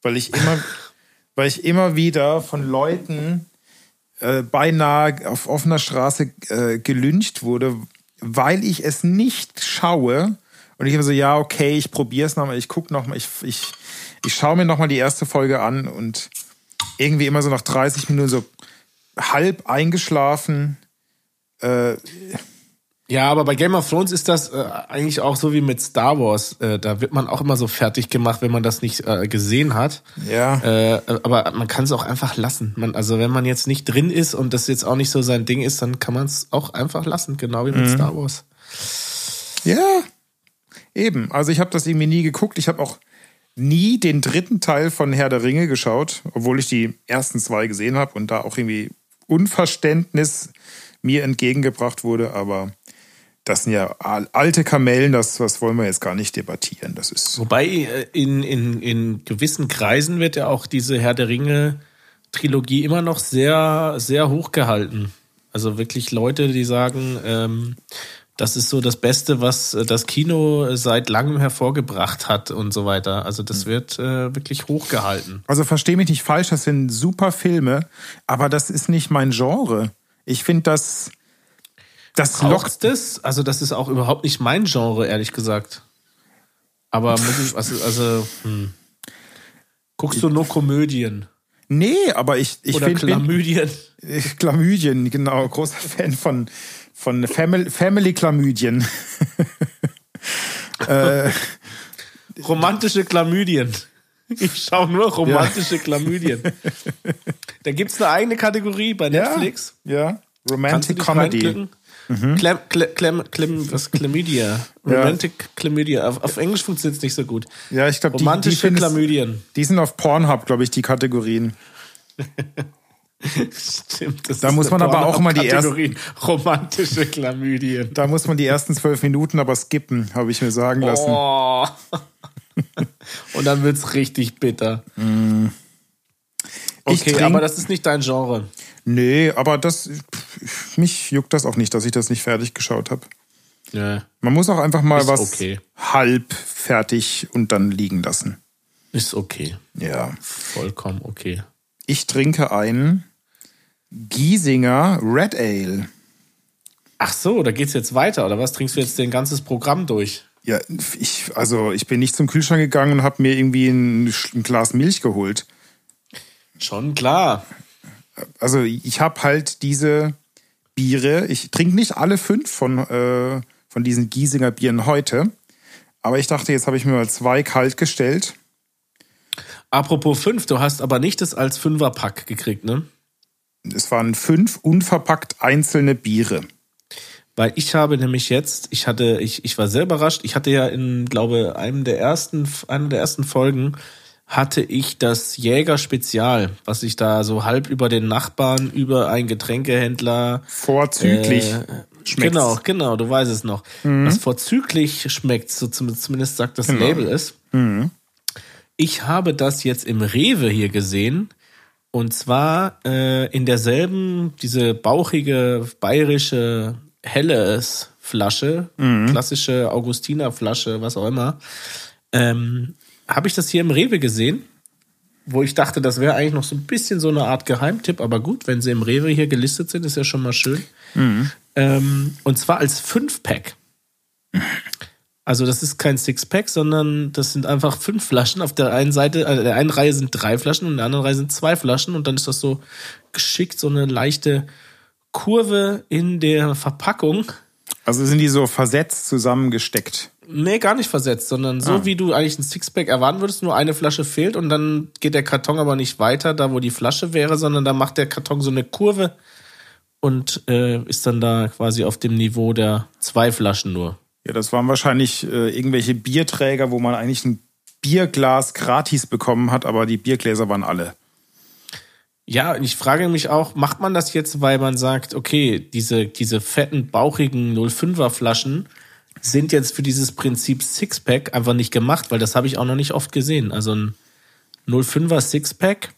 A: weil ich immer, weil ich immer wieder von Leuten äh, beinahe auf offener Straße äh, gelyncht wurde, weil ich es nicht schaue. Und ich habe so, ja, okay, ich probiere es nochmal, ich gucke nochmal, ich, ich, ich schaue mir nochmal die erste Folge an und irgendwie immer so nach 30 Minuten so halb eingeschlafen.
B: Ja, aber bei Game of Thrones ist das äh, eigentlich auch so wie mit Star Wars. Äh, da wird man auch immer so fertig gemacht, wenn man das nicht äh, gesehen hat.
A: Ja.
B: Äh, aber man kann es auch einfach lassen. Man, also wenn man jetzt nicht drin ist und das jetzt auch nicht so sein Ding ist, dann kann man es auch einfach lassen, genau wie mit Star Wars.
A: Ja, eben. Also ich habe das irgendwie nie geguckt. Ich habe auch nie den dritten Teil von Herr der Ringe geschaut, obwohl ich die ersten zwei gesehen habe und da auch irgendwie Unverständnis mir entgegengebracht wurde. Aber das sind ja al- alte Kamellen, das, das wollen wir jetzt gar nicht debattieren. Das ist
B: Wobei äh, in, in, in gewissen Kreisen wird ja auch diese Herr der Ringe Trilogie immer noch sehr, sehr hochgehalten. Also wirklich Leute, die sagen, ähm, das ist so das Beste, was äh, das Kino seit langem hervorgebracht hat und so weiter. Also das wird äh, wirklich hochgehalten.
A: Also verstehe mich nicht falsch, das sind super Filme, aber das ist nicht mein Genre. Ich finde das das lockt
B: Braucht das? Also das ist auch überhaupt nicht mein Genre, ehrlich gesagt. Aber muss ich, also, also hm. guckst du nur Komödien
A: Nee, aber ich ich
B: oder
A: finde
B: Chlamydien?
A: Ich- Chlamydien, genau. Großer Fan von, von Family, Family Chlamydien.
B: Romantische Chlamydien. Ich schaue nur romantische Chlamydien. Da gibt es eine eigene Kategorie bei Netflix.
A: Ja.
B: Kannst du
A: Romantic
B: dich
A: Comedy.
B: reinklicken?
A: Mhm.
B: Clem, Clem, Clem, Clem, was Chlamydia. Romantic Chlamydia. Auf, auf Englisch funktioniert es nicht so gut.
A: Ja, ich glaube, die, die,
B: Romantische
A: findest-
B: Chlamydien.
A: die sind auf Pornhub, glaube ich, die Kategorien.
B: Stimmt. Das
A: Da muss man aber auch mal die
B: ersten. Romantische Chlamydien.
A: Da muss man die ersten zwölf Minuten aber skippen, habe ich mir sagen lassen.
B: Oh. Und dann wird es richtig bitter.
A: Mm. Ich
B: Okay,
A: trink-
B: aber das ist nicht dein Genre.
A: Nee, aber das, pff, mich juckt das auch nicht, dass ich das nicht fertig geschaut habe.
B: Ja.
A: Man muss auch einfach mal
B: Ist
A: was
B: okay.
A: halb fertig und dann liegen lassen.
B: Ist okay.
A: Ja.
B: Vollkommen okay.
A: Ich trinke einen Giesinger Red Ale.
B: Ach so, da geht's jetzt weiter, oder was? Trinkst du jetzt dein ganzes Programm durch?
A: Ja, ich, also ich bin nicht zum Kühlschrank gegangen und habe mir irgendwie ein, Sch- ein Glas Milch geholt.
B: Schon klar.
A: Also ich habe halt diese Biere, ich trinke nicht alle fünf von, äh, von diesen Giesinger Bieren heute, aber ich dachte, jetzt habe ich mir mal zwei kalt gestellt.
B: Apropos 5, du hast aber nicht das als Fünferpack gekriegt, ne?
A: Es waren fünf unverpackt einzelne Biere.
B: Weil ich habe nämlich jetzt, ich hatte, ich, ich war sehr überrascht, ich hatte ja in, glaube, einem der ersten, einer der ersten Folgen hatte ich das Jäger-Spezial, was ich da so halb über den Nachbarn, über einen Getränkehändler
A: Vorzüglich
B: Äh,
A: schmeckt's. Mhm.
B: Genau, genau, du weißt es noch. Was vorzüglich schmeckt, so zum- zumindest sagt das
A: Genau.
B: Label es.
A: Mhm.
B: Ich habe das jetzt im Rewe hier gesehen. Und zwar äh, in derselben, diese bauchige, bayerische, helles Flasche,
A: Mhm.
B: klassische Augustinerflasche, was auch immer, ähm, habe ich das hier im Rewe gesehen, wo ich dachte, das wäre eigentlich noch so ein bisschen so eine Art Geheimtipp, aber gut, wenn sie im Rewe hier gelistet sind, ist ja schon mal schön. Ähm, und zwar als Fünf-Pack. Also das ist kein Sixpack, sondern das sind einfach fünf Flaschen. Auf der einen Seite, also der einen Reihe sind drei Flaschen und in der anderen Reihe sind zwei Flaschen und dann ist das so geschickt, so eine leichte Kurve in der Verpackung.
A: Also sind die so versetzt zusammengesteckt.
B: Nee, gar nicht versetzt, sondern so wie du eigentlich ein Sixpack erwarten würdest, nur eine Flasche fehlt und dann geht der Karton aber nicht weiter, da wo die Flasche wäre, sondern da macht der Karton so eine Kurve und äh, ist dann da quasi auf dem Niveau der zwei Flaschen nur.
A: Ja, das waren wahrscheinlich äh, irgendwelche Bierträger, wo man eigentlich ein Bierglas gratis bekommen hat, aber die Biergläser waren alle.
B: Ja, und ich frage mich auch, macht man das jetzt, weil man sagt, okay, diese, diese fetten, bauchigen 05er Flaschen sind jetzt für dieses Prinzip Sixpack einfach nicht gemacht, weil das habe ich auch noch nicht oft gesehen. Also ein 05er Sixpack.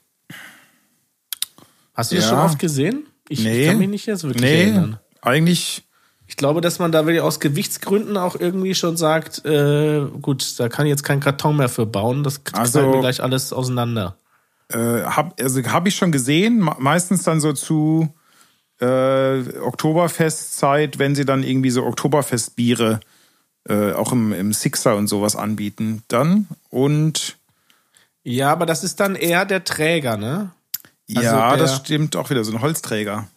B: Hast du das
A: Ja.
B: schon oft gesehen? Ich, ich kann mich nicht jetzt wirklich erinnern.
A: eigentlich
B: Ich glaube, dass man da wirklich aus Gewichtsgründen auch irgendwie schon sagt, äh, gut, da kann ich jetzt kein Karton mehr für bauen, das knallt
A: Also-
B: mir gleich alles auseinander.
A: äh, hab, also habe ich schon gesehen, me- meistens dann so zu äh, Oktoberfestzeit, wenn sie dann irgendwie so Oktoberfestbiere äh, auch im, im Sixer und sowas anbieten, dann und
B: Ja, aber das ist dann eher der Träger, ne? Also
A: ja,
B: der-
A: das stimmt auch wieder, so ein Holzträger.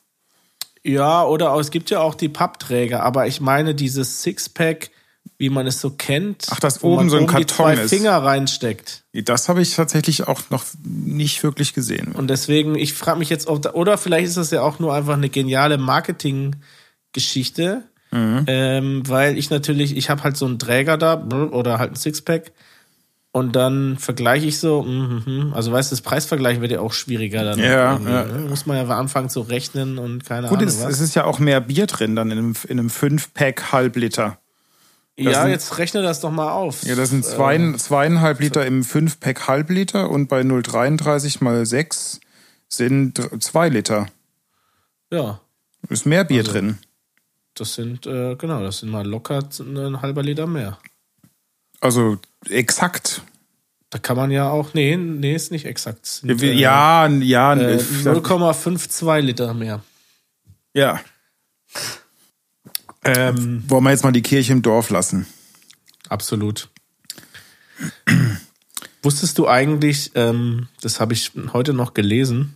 B: Ja, oder auch- es gibt ja auch die Pappträger, aber ich meine dieses Sixpack, wie man es so kennt.
A: Ach, dass
B: wo
A: oben
B: man
A: so ein
B: die
A: Karton
B: zwei
A: ist.
B: Finger reinsteckt.
A: Das habe ich tatsächlich auch noch nicht wirklich gesehen.
B: Und deswegen, ich frage mich jetzt, ob da, oder vielleicht ist das ja auch nur einfach eine geniale Marketinggeschichte,
A: Mhm.
B: ähm, weil ich natürlich, ich habe halt so einen Träger da brr, oder halt ein Sixpack und dann vergleiche ich so, mhm, mhm. also weißt du, das Preisvergleichen wird ja auch schwieriger dann.
A: Ja,
B: irgendwie,
A: ja.
B: Ne? Muss man ja anfangen zu rechnen und keine
A: Gut,
B: Ahnung.
A: es,
B: was.
A: es ist ja auch mehr Bier drin dann in einem, in einem 5-Pack Halbliter.
B: ja,
A: sind-
B: jetzt rechne das doch mal auf.
A: Ja, das sind zwei, zweieinhalb Liter im 5-Pack Halbliter und bei 0,33 mal 6 sind 2 Liter.
B: Ja,
A: Ist mehr Bier drin.
B: das sind, äh, genau, das sind mal locker z- ein halber Liter mehr.
A: Also exakt.
B: Da kann man ja auch, nee, nee, ist nicht exakt. Es Sind, äh,
A: Ja, ja,
B: äh,
A: äh,
B: 0,52 Liter mehr.
A: ja.
B: Ähm,
A: Wollen wir jetzt mal die Kirche im Dorf lassen?
B: absolut. Wusstest du eigentlich, ähm, das habe ich heute noch gelesen,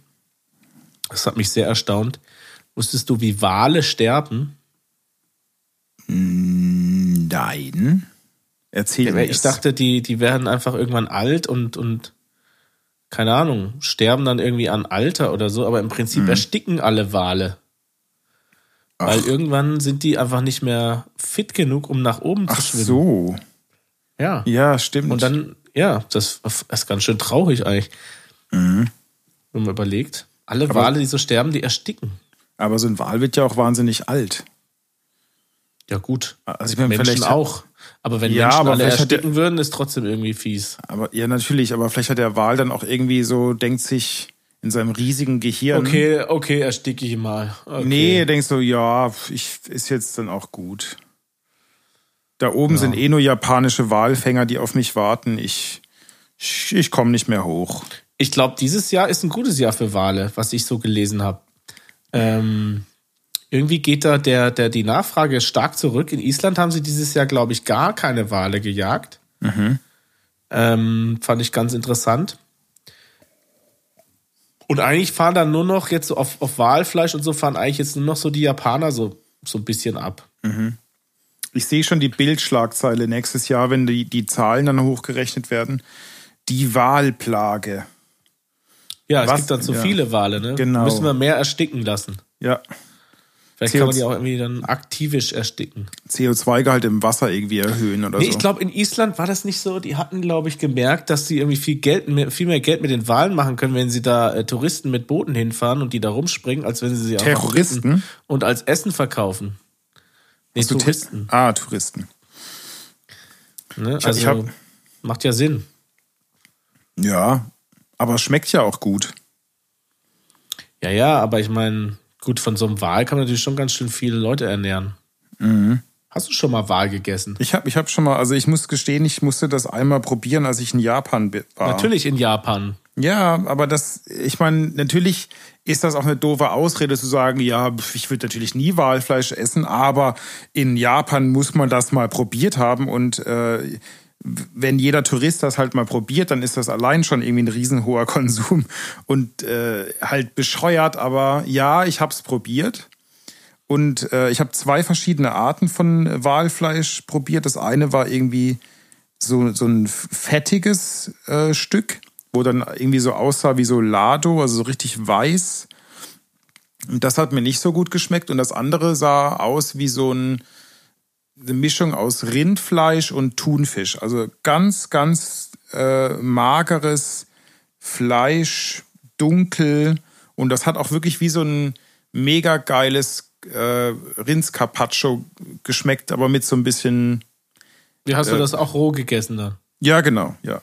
B: das hat mich sehr erstaunt, wusstest du, wie Wale sterben?
A: Nein. Erzähl mir.
B: Ich
A: es.
B: dachte, die, die werden einfach irgendwann alt und, und keine Ahnung, sterben dann irgendwie an Alter oder so, aber im
A: Mhm.
B: Prinzip ersticken alle Wale. Weil irgendwann sind die einfach nicht mehr fit genug, um nach oben
A: Ach
B: zu schwimmen.
A: so.
B: Ja.
A: Ja, stimmt.
B: Und dann, ja, das ist ganz schön traurig eigentlich.
A: Mhm.
B: Wenn man überlegt, alle Wale, die so sterben, die ersticken.
A: Aber so ein Wal wird ja auch wahnsinnig alt.
B: Ja, gut.
A: Also ich meine,
B: Menschen
A: vielleicht-
B: auch. Aber wenn
A: Ja,
B: Menschen
A: aber
B: alle
A: vielleicht hat der-
B: ersticken würden, ist trotzdem irgendwie fies.
A: Aber ja, natürlich. Aber vielleicht hat der Wal dann auch irgendwie so, denkt sich in seinem riesigen Gehirn.
B: Okay, okay, ersticke ich mal. Okay.
A: Mhm. Nee, denkst du, ja, pf, ich, ist jetzt dann auch gut. Da oben sind eh nur japanische Walfänger, die auf mich warten. Ich, ich, ich komme nicht mehr hoch.
B: Ich glaube, dieses Jahr ist ein gutes Jahr für Wale, was ich so gelesen habe. Ähm, irgendwie geht da der, der, die Nachfrage stark zurück. In Island haben sie dieses Jahr, glaube ich, gar keine Wale gejagt.
A: Mhm.
B: Ähm, fand ich ganz interessant. Und eigentlich fahren dann nur noch jetzt so auf, auf Walfleisch und so fahren eigentlich jetzt nur noch so die Japaner so, so ein bisschen ab.
A: Ich sehe schon die Bildschlagzeile nächstes Jahr, wenn die, die Zahlen dann hochgerechnet werden. Die Wahlplage.
B: Ja, es
A: Was?
B: gibt dann zu
A: Ja.
B: viele Wale, ne?
A: Genau.
B: Müssen wir mehr ersticken lassen.
A: Ja,
B: Vielleicht kann man
A: CO2
B: die auch irgendwie dann aktivisch ersticken.
A: CO2-Gehalt im Wasser irgendwie erhöhen oder
B: Nee,
A: so.
B: ich glaube, in Island war das nicht so. Die hatten, glaube ich, gemerkt, dass sie irgendwie viel Geld, mehr- viel mehr Geld mit den Wahlen machen können, wenn sie da äh, Touristen mit Booten hinfahren und die da rumspringen, als wenn sie sie einfach
A: Terroristen?
B: retten und als Essen verkaufen. Nee,
A: Hast du Tipp-
B: Touristen.
A: Ah, Touristen.
B: Ne?
A: hab-
B: Also
A: ich hab-
B: macht ja Sinn.
A: Ja, aber schmeckt ja auch gut.
B: Ja,
A: Mhm.
B: ja, aber ich meine, gut, von so einem Wahl kann man natürlich schon ganz schön viele Leute ernähren. Hast du schon mal Wal gegessen?
A: Ich habe ich hab schon mal, also ich muss gestehen, ich musste das einmal probieren, als ich in Japan bi- war.
B: Natürlich in Japan.
A: Ja, aber das, ich meine, natürlich ist das auch eine doofe Ausrede zu sagen, ja, pf, ich würde natürlich nie Walfleisch essen, aber in Japan muss man das mal probiert haben und äh, w- wenn jeder Tourist das halt mal probiert, dann ist das allein schon irgendwie ein riesenhoher Konsum und äh, halt bescheuert, aber ja, ich hab's probiert. Und äh, ich habe zwei verschiedene Arten von Walfleisch probiert. Das eine war irgendwie so, so ein fettiges äh, Stück, wo dann irgendwie so aussah wie so Lado, also so richtig weiß. Und das hat mir nicht so gut geschmeckt. Und das andere sah aus wie so ein, eine Mischung aus Rindfleisch und Thunfisch. Also ganz, ganz äh, mageres Fleisch, dunkel. Und das hat auch wirklich wie so ein mega geiles äh, Rindscarpaccio geschmeckt, aber mit so ein bisschen.
B: Wie hast du das auch roh gegessen dann?
A: Ja, genau, ja.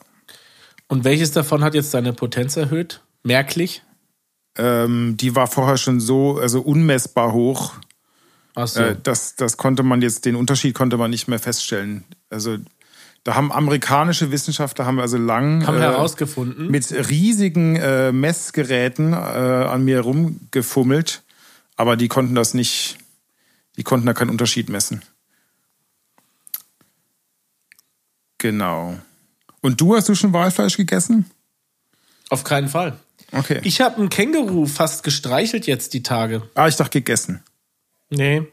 B: Und welches davon hat jetzt deine Potenz erhöht? Merklich?
A: Ähm, die war vorher schon so, also unmessbar hoch.
B: Achso.
A: Äh, das, das konnte man jetzt, den Unterschied konnte man nicht mehr feststellen. Also da haben amerikanische Wissenschaftler haben also lang
B: Haben
A: äh,
B: herausgefunden.
A: mit riesigen äh, Messgeräten äh, an mir rumgefummelt, aber die konnten das nicht, die konnten da keinen Unterschied messen. Genau. Und du hast du schon Walfleisch gegessen?
B: Auf keinen Fall.
A: Okay.
B: Ich habe einen Känguru fast gestreichelt jetzt die Tage.
A: ah, ich dachte gegessen.
B: Nee.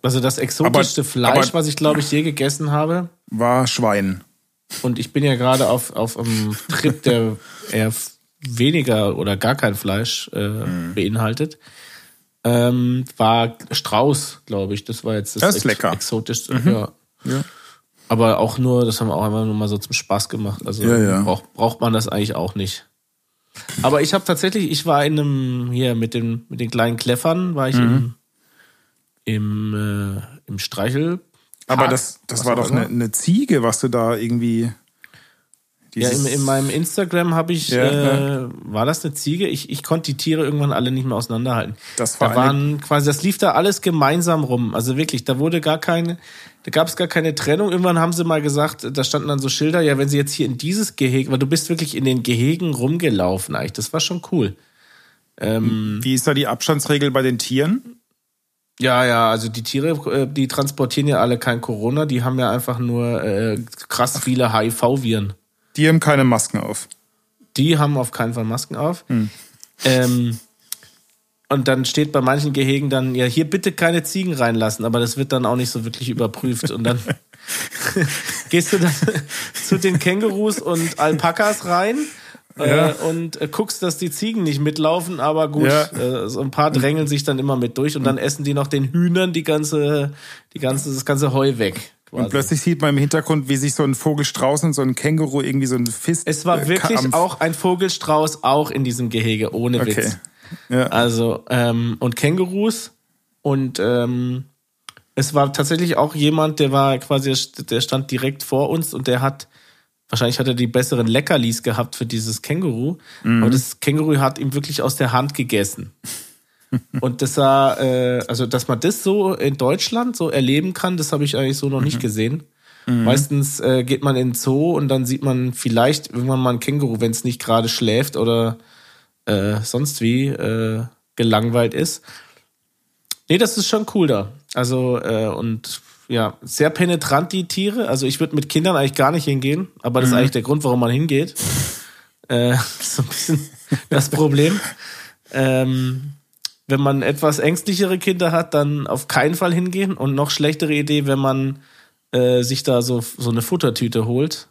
B: Also das exotischste
A: Aber-
B: Fleisch,
A: aber-
B: was ich glaube ich je gegessen habe.
A: War Schwein.
B: Und ich bin ja gerade auf, auf einem Trip, der eher f- weniger oder gar kein Fleisch äh,
A: Mhm.
B: beinhaltet. Ähm, war Strauß, glaube ich. Das war jetzt das,
A: Das ist lecker. Mhm.
B: exotischste. Ja. Aber auch nur, das haben wir auch einmal nur mal so zum Spaß gemacht. Also
A: Ja, ja.
B: Braucht, braucht man das eigentlich auch nicht. Aber ich habe tatsächlich, ich war in einem, hier mit den, mit den kleinen Kleffern, war ich
A: Mhm.
B: im, im, äh, im Streichel.
A: Aber das, das war doch eine, eine Ziege, was du da irgendwie.
B: Ja,
A: dieses-
B: in, in meinem Instagram habe ich,
A: Ja,
B: äh, war das eine Ziege? Ich, ich konnte die Tiere irgendwann alle nicht mehr auseinanderhalten.
A: Das war
B: da
A: eine-
B: waren quasi, das lief da alles gemeinsam rum. Also wirklich, da wurde gar keine, da gab es gar keine Trennung. Irgendwann haben sie mal gesagt, da standen dann so Schilder, ja, wenn sie jetzt hier in dieses Gehege, weil du bist wirklich in den Gehegen rumgelaufen eigentlich. Das war schon cool. Ähm,
A: Wie ist da die Abstandsregel bei den Tieren?
B: Ja, ja, also die Tiere, äh, die transportieren ja alle kein Corona, die haben ja einfach nur äh, krass viele HIV-Viren.
A: Die haben keine Masken auf.
B: Die haben auf keinen Fall Masken auf.
A: Hm.
B: Ähm, und dann steht bei manchen Gehegen dann, ja, hier bitte keine Ziegen reinlassen, aber das wird dann auch nicht so wirklich überprüft. Und dann gehst du dann zu den Kängurus und Alpakas rein.
A: Ja.
B: Äh, und äh, guckst, dass die Ziegen nicht mitlaufen, aber gut,
A: Ja. Hm.
B: äh, so ein paar drängeln sich dann immer mit durch und dann essen die noch den Hühnern die ganze, die ganze, das ganze Heu weg.
A: Und
B: quasi.
A: plötzlich sieht man im Hintergrund, wie sich so ein Vogelstrauß und so ein Känguru irgendwie so ein Fist.
B: Es war
A: äh,
B: wirklich
A: Kampf-
B: auch ein Vogelstrauß, auch in diesem Gehege, ohne
A: Okay.
B: Witz.
A: Ja.
B: Also, ähm, und Kängurus. Und ähm, es war tatsächlich auch jemand, der war quasi, der stand direkt vor uns und der hat, wahrscheinlich hat er die besseren Leckerlis gehabt für dieses Känguru. Aber das Känguru hat ihm wirklich aus der Hand gegessen. Und das sah, äh, also dass man das so in Deutschland so erleben kann, das habe ich eigentlich so noch nicht gesehen. Meistens äh, geht man in den Zoo und dann sieht man vielleicht irgendwann mal ein Känguru, wenn es nicht gerade schläft oder äh, sonst wie äh, gelangweilt ist. Nee, das ist schon cool da. Also, äh, und ja, sehr penetrant die Tiere. Also, ich würde mit Kindern eigentlich gar nicht hingehen, aber das ist eigentlich der Grund, warum man hingeht. äh, so ein bisschen das Problem. Ähm, wenn man etwas ängstlichere Kinder hat, dann auf keinen Fall hingehen. Und noch schlechtere Idee, wenn man äh, sich da so, so eine Futtertüte holt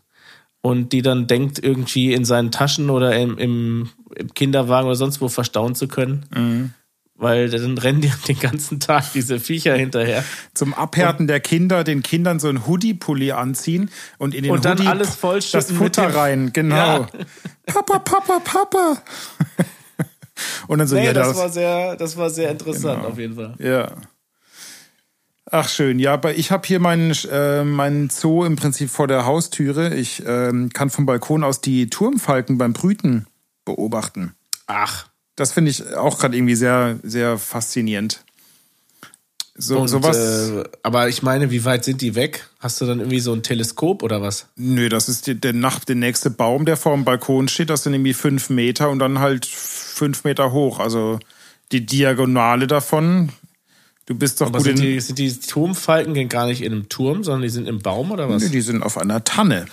B: und die dann denkt, irgendwie in seinen Taschen oder im, im, im Kinderwagen oder sonst wo verstauen zu können.
A: Mhm.
B: Weil dann rennen die den ganzen Tag diese Viecher hinterher.
A: Zum Abhärten der Kinder, den Kindern so ein Hoodie-Pulli anziehen und in den
B: Und dann
A: Hoodie
B: alles vollschütten
A: das Futter
B: mit dem-
A: rein, genau.
B: Ja.
A: Papa, Papa, Papa. und dann so,
B: Nee,
A: ja, Genau.
B: das, war sehr, das war sehr interessant auf jeden Fall.
A: Ja. Ach schön, ja, aber ich habe hier meinen äh, meinen Zoo im Prinzip vor der Haustüre. Ich ähm, kann vom Balkon aus die Turmfalken beim Brüten beobachten.
B: Ach,
A: Das finde ich auch gerade irgendwie sehr sehr faszinierend. So,
B: Und,
A: sowas.
B: äh, aber ich meine, wie weit sind die weg? Hast du dann irgendwie so ein Teleskop oder was?
A: Nö, das ist die, der, nach, der nächste Baum, der vor dem Balkon steht. Das sind irgendwie fünf Meter und dann halt fünf Meter hoch. Also die Diagonale davon. Du bist doch
B: Aber
A: gut in.
B: sind die, sind die Turmfalken denn gar nicht in einem Turm, sondern die sind im Baum oder was?
A: Nö, die sind auf einer Tanne.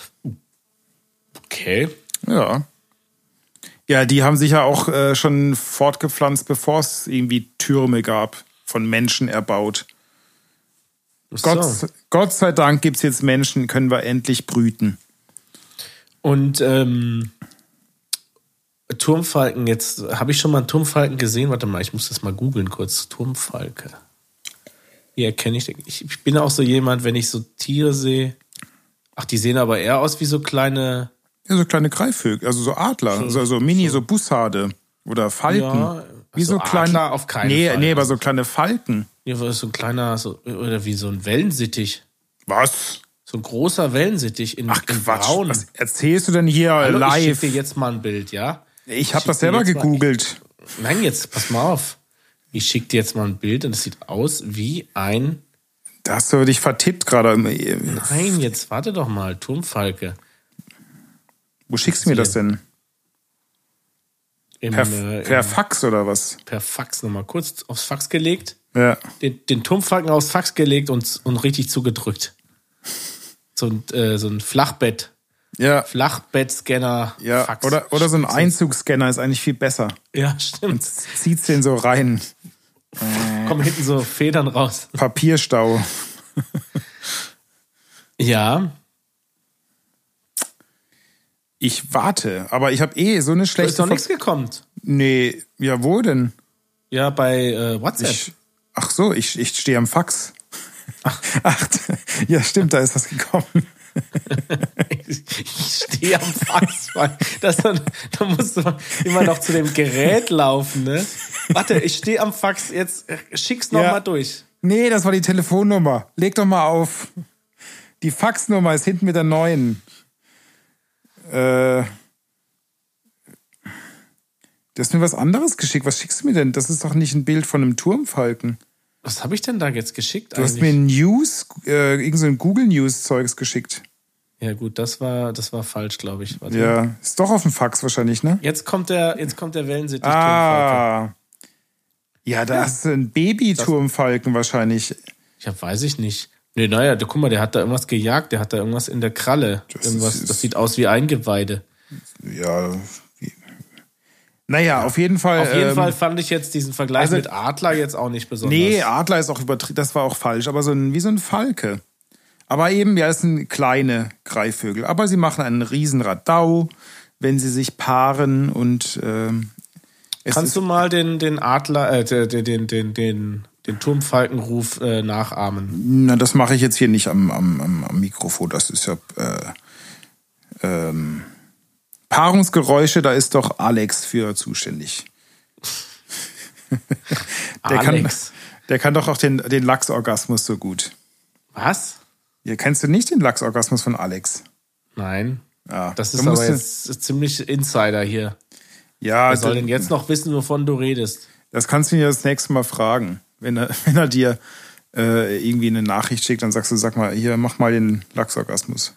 B: Okay.
A: Ja. Ja, die haben sich ja auch äh, schon fortgepflanzt, bevor es irgendwie Türme gab, von Menschen erbaut.
B: So.
A: Gott, Gott sei Dank gibt es jetzt Menschen, können wir endlich brüten.
B: Und ähm, Turmfalken, jetzt habe ich schon mal einen Turmfalken gesehen. Warte mal, ich muss das mal googeln kurz. Turmfalke. Wie erkenne ich den? Ich, ich bin auch so jemand, wenn ich so Tiere sehe. Ach, die sehen aber eher aus wie so kleine.
A: Ja, so kleine Greifvögel, also so Adler, so, so Mini, so Bussarde oder Falken.
B: Ja,
A: Wie so
B: also
A: kleine,
B: Adler auf keinen
A: nee,
B: Fall.
A: Nee, aber so kleine Falken.
B: Ja, so ein kleiner, so, oder wie so ein Wellensittich.
A: Was?
B: So ein großer Wellensittich in,
A: Ach
B: in
A: Quatsch,
B: Braun.
A: was erzählst du denn hier
B: Hallo, Ich
A: live?
B: schicke dir jetzt mal ein Bild, ja?
A: Ich habe
B: schick
A: das
B: dir
A: selber
B: jetzt mal-
A: gegoogelt.
B: Nein, jetzt, pass mal auf. Ich schicke dir jetzt mal ein Bild und es sieht aus wie ein.
A: Da hast du dich vertippt gerade.
B: Nein, jetzt warte doch mal, Turmfalke.
A: Wo schickst du mir das denn?
B: Im,
A: Per,
B: äh, im-
A: per Fax oder was?
B: per Fax nochmal kurz aufs Fax gelegt.
A: Ja.
B: Den, den Turmfalken aufs Fax gelegt und, und richtig zugedrückt. So ein, äh, so ein Flachbett.
A: Ja.
B: Flachbettscanner.
A: ja.
B: Fax.
A: Oder, oder so ein Einzugsscanner ist eigentlich viel besser.
B: Ja, stimmt.
A: Zieht's den so rein.
B: Kommen hinten so Federn raus.
A: Papierstau.
B: Ja.
A: Ich warte, aber ich habe eh so eine
B: Da
A: schlechte.
B: ist noch
A: Ver-
B: nichts gekommen.
A: Nee, ja, wo denn?
B: Ja, bei äh, WhatsApp.
A: Ich, ach so, ich, ich stehe am Fax. Ach, ja, stimmt, da ist was gekommen.
B: Ich stehe am Fax. Mann. Das, dann, da musst du immer noch zu dem Gerät laufen, ne? Warte, ich stehe am Fax. Jetzt äh, schick's noch
A: Ja.
B: mal durch.
A: Nee, das war die Telefonnummer. Leg doch mal auf. Die Faxnummer ist hinten mit der neuen. Äh, du hast mir was anderes geschickt. Was schickst du mir denn? Das ist doch nicht ein Bild von einem Turmfalken.
B: Was habe ich denn da jetzt geschickt
A: Du hast mir
B: eigentlich?
A: News, äh, irgend so ein Google News Zeugs geschickt.
B: Ja gut, das war, das war falsch, glaube ich. Warte.
A: Ja, ist doch auf dem Fax wahrscheinlich, ne?
B: Jetzt kommt der, jetzt kommt der Wellensittich.
A: Ah. Ja, da hast du einen Babyturmfalken wahrscheinlich.
B: Ja, weiß ich nicht. Nee, naja, guck mal, der hat da irgendwas gejagt, der hat da irgendwas in der Kralle. Das, irgendwas,
A: ist-
B: das sieht aus wie Eingeweide.
A: Ja. Naja, auf jeden Fall.
B: Auf jeden
A: ähm,
B: Fall fand ich jetzt diesen Vergleich
A: also-
B: mit Adler jetzt auch nicht besonders.
A: Nee, Adler ist auch übertrieben. Das war auch falsch, aber so ein, wie so ein Falke. Aber eben, ja, es sind kleine Greifvögel. Aber sie machen einen riesen Radau, wenn sie sich paaren und ähm, es
B: Kannst
A: ist,
B: du mal den, den Adler, äh, den, den, den, den, den Turmfalkenruf äh, nachahmen?
A: na, das mache ich jetzt hier nicht am, am, am, am Mikrofon. Das ist ja äh, ähm, Paarungsgeräusche, da ist doch Alex für zuständig. der,
B: Alex.
A: Kann, der kann doch auch den, den Lachsorgasmus so gut.
B: Was?
A: Ja, kennst du nicht den Lachsorgasmus von Alex?
B: Nein.
A: Ja,
B: Das
A: da
B: ist aber
A: musst du-
B: jetzt ziemlich Insider hier.
A: Ja,
B: Wer soll
A: d-
B: denn jetzt noch wissen, wovon du redest?
A: das kannst du ihn ja das nächste Mal fragen. Wenn er, wenn er dir äh, irgendwie eine Nachricht schickt, dann sagst du, sag mal, hier, mach mal den Lachsorgasmus.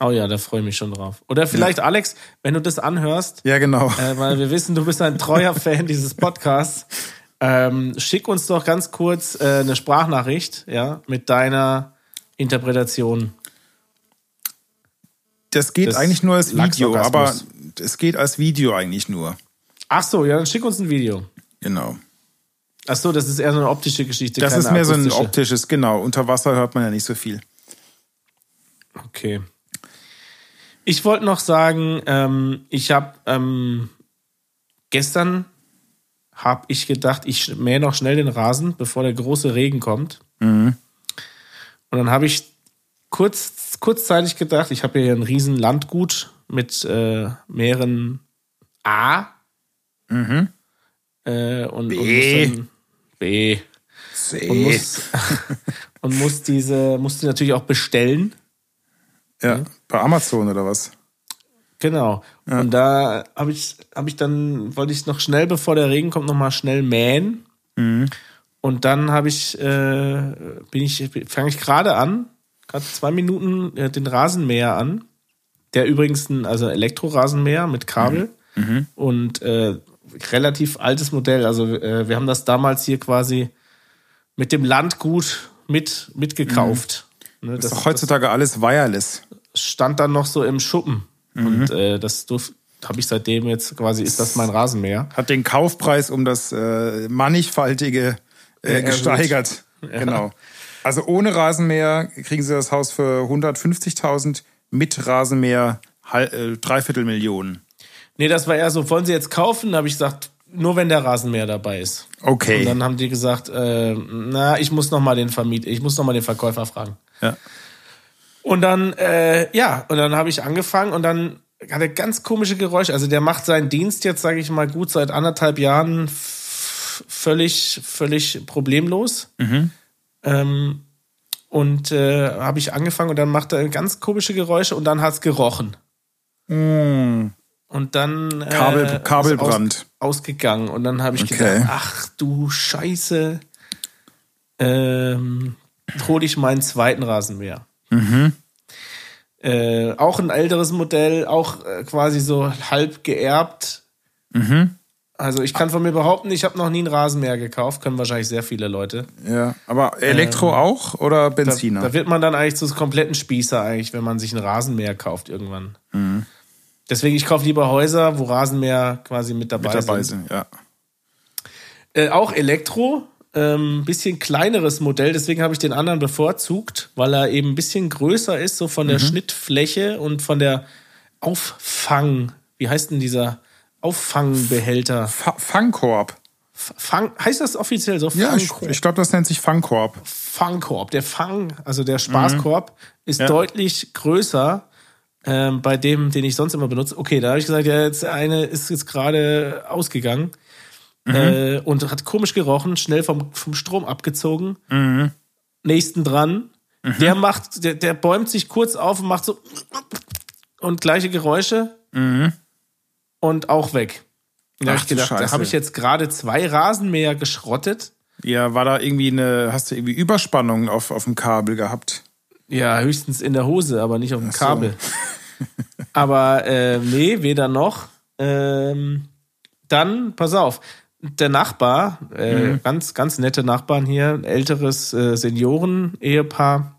B: Oh ja, da freue ich mich schon drauf. Oder vielleicht, Alex, wenn du das anhörst,
A: Ja, genau.
B: äh, weil wir wissen, du bist ein treuer Fan dieses Podcasts, ähm, schick uns doch ganz kurz äh, eine Sprachnachricht, ja, mit deiner Interpretation.
A: das geht
B: das
A: eigentlich nur als Video, aber
B: Lachsorgasmus.
A: es geht als Video eigentlich nur.
B: Ach so, ja, dann schick uns ein Video.
A: Genau.
B: Ach so, das ist eher so eine optische Geschichte.
A: Das
B: keine
A: ist mehr so ein
B: akustische.
A: optisches, genau. Unter Wasser hört man ja nicht so viel.
B: Okay. Ich wollte noch sagen, ähm, ich habe ähm, gestern habe ich gedacht, ich mähe noch schnell den Rasen, bevor der große Regen kommt. Und dann habe ich kurz, kurzzeitig gedacht, ich habe hier ein riesen Landgut mit äh, mehreren A äh, und, und
A: B.
B: muss dann, B und muss, und muss diese muss die natürlich auch bestellen.
A: Ja, bei Amazon oder was?
B: Genau. Und da habe
A: Mhm.
B: ich, hab ich dann, wollte ich noch schnell, bevor der Regen kommt, nochmal schnell mähen. Und dann habe ich, äh, bin ich, fange ich gerade an, gerade zwei Minuten äh, den Rasenmäher an. Der übrigens ein, also Elektrorasenmäher mit Kabel
A: Mhm.
B: und äh, relativ altes Modell. Also äh, wir haben das damals hier quasi mit dem Landgut mit, mitgekauft. Ne,
A: Mhm. Das ist doch heutzutage alles wireless.
B: stand dann noch so im Schuppen. Und äh, das habe ich seitdem jetzt quasi, ist das mein Rasenmäher.
A: Hat den Kaufpreis um das äh, mannigfaltige äh,
B: erhöht.
A: gesteigert. Genau. Also ohne Rasenmäher kriegen Sie das Haus für 150.000, mit Rasenmäher hal- äh, dreiviertel Millionen.
B: Nee, das war eher so, wollen Sie jetzt kaufen? Da habe ich gesagt, nur wenn der Rasenmäher dabei ist. Und
A: Okay.
B: dann haben die gesagt, äh, na, ich muss noch mal den Vermieter, ich muss noch mal den Verkäufer fragen.
A: Ja.
B: Und dann, äh, ja, und dann habe ich angefangen und dann hat er ganz komische Geräusche. Also der macht seinen Dienst jetzt, sage ich mal, gut seit anderthalb Jahren f- völlig, völlig problemlos.
A: Mhm.
B: Ähm, und äh, habe ich angefangen und dann macht er ganz komische Geräusche und dann hat's gerochen. Und dann äh,
A: Mhm. Kabel-
B: ist
A: Kabelbrand.
B: Aus, ausgegangen und dann habe ich
A: Okay.
B: gedacht, ach du Scheiße, ähm, hol ich meinen zweiten Rasenmäher.
A: Mhm.
B: Äh, auch ein älteres Modell, auch äh, quasi so halb geerbt.
A: Mhm.
B: Also ich kann von mir behaupten, ich habe noch nie einen Rasenmäher gekauft, können wahrscheinlich sehr viele Leute.
A: ja. Aber Elektro auch oder
B: Da,
A: Benziner?
B: da wird man dann eigentlich zu so kompletten Spießer eigentlich, wenn man sich einen Rasenmäher kauft irgendwann.
A: Mhm.
B: Deswegen, ich kaufe lieber Häuser, wo Rasenmäher quasi mit dabei,
A: mit dabei
B: sind.
A: sind, ja.
B: Äh, auch Elektro, ähm, bisschen kleineres Modell, deswegen habe ich den anderen bevorzugt, weil er eben ein bisschen größer ist, so von der Schnittfläche und von der Auffang, wie heißt denn dieser Auffangbehälter?
A: Fa Fangkorb.
B: F- Fang, heißt das offiziell so?
A: Ja, ich,
B: Fangkorb?
A: ich glaube, das nennt sich Fangkorb.
B: Fangkorb. Der Fang, also der Spaßkorb,
A: Mhm.
B: ist deutlich größer ähm, bei dem, den ich sonst immer benutze. Okay, da habe ich gesagt, ja, jetzt eine ist jetzt gerade ausgegangen
A: Mhm.
B: äh, und hat komisch gerochen, schnell vom, vom Strom abgezogen.
A: Mhm.
B: Nächsten dran. Der macht, der, der bäumt sich kurz auf und macht so und gleiche Geräusche und auch weg. Da habe
A: Mhm. Ach
B: ich
A: du
B: gedacht, da
A: Scheiße.
B: habe ich jetzt gerade zwei Rasenmäher geschrottet.
A: Ja, war da irgendwie eine, hast du irgendwie Überspannung auf, auf dem Kabel gehabt?
B: Ja, höchstens in der Hose, aber nicht auf dem Kabel. aber äh, nee, weder noch. Ähm, dann, pass auf, der Nachbar, äh, ganz, ganz nette Nachbarn hier, ein älteres äh, Senioren-Ehepaar,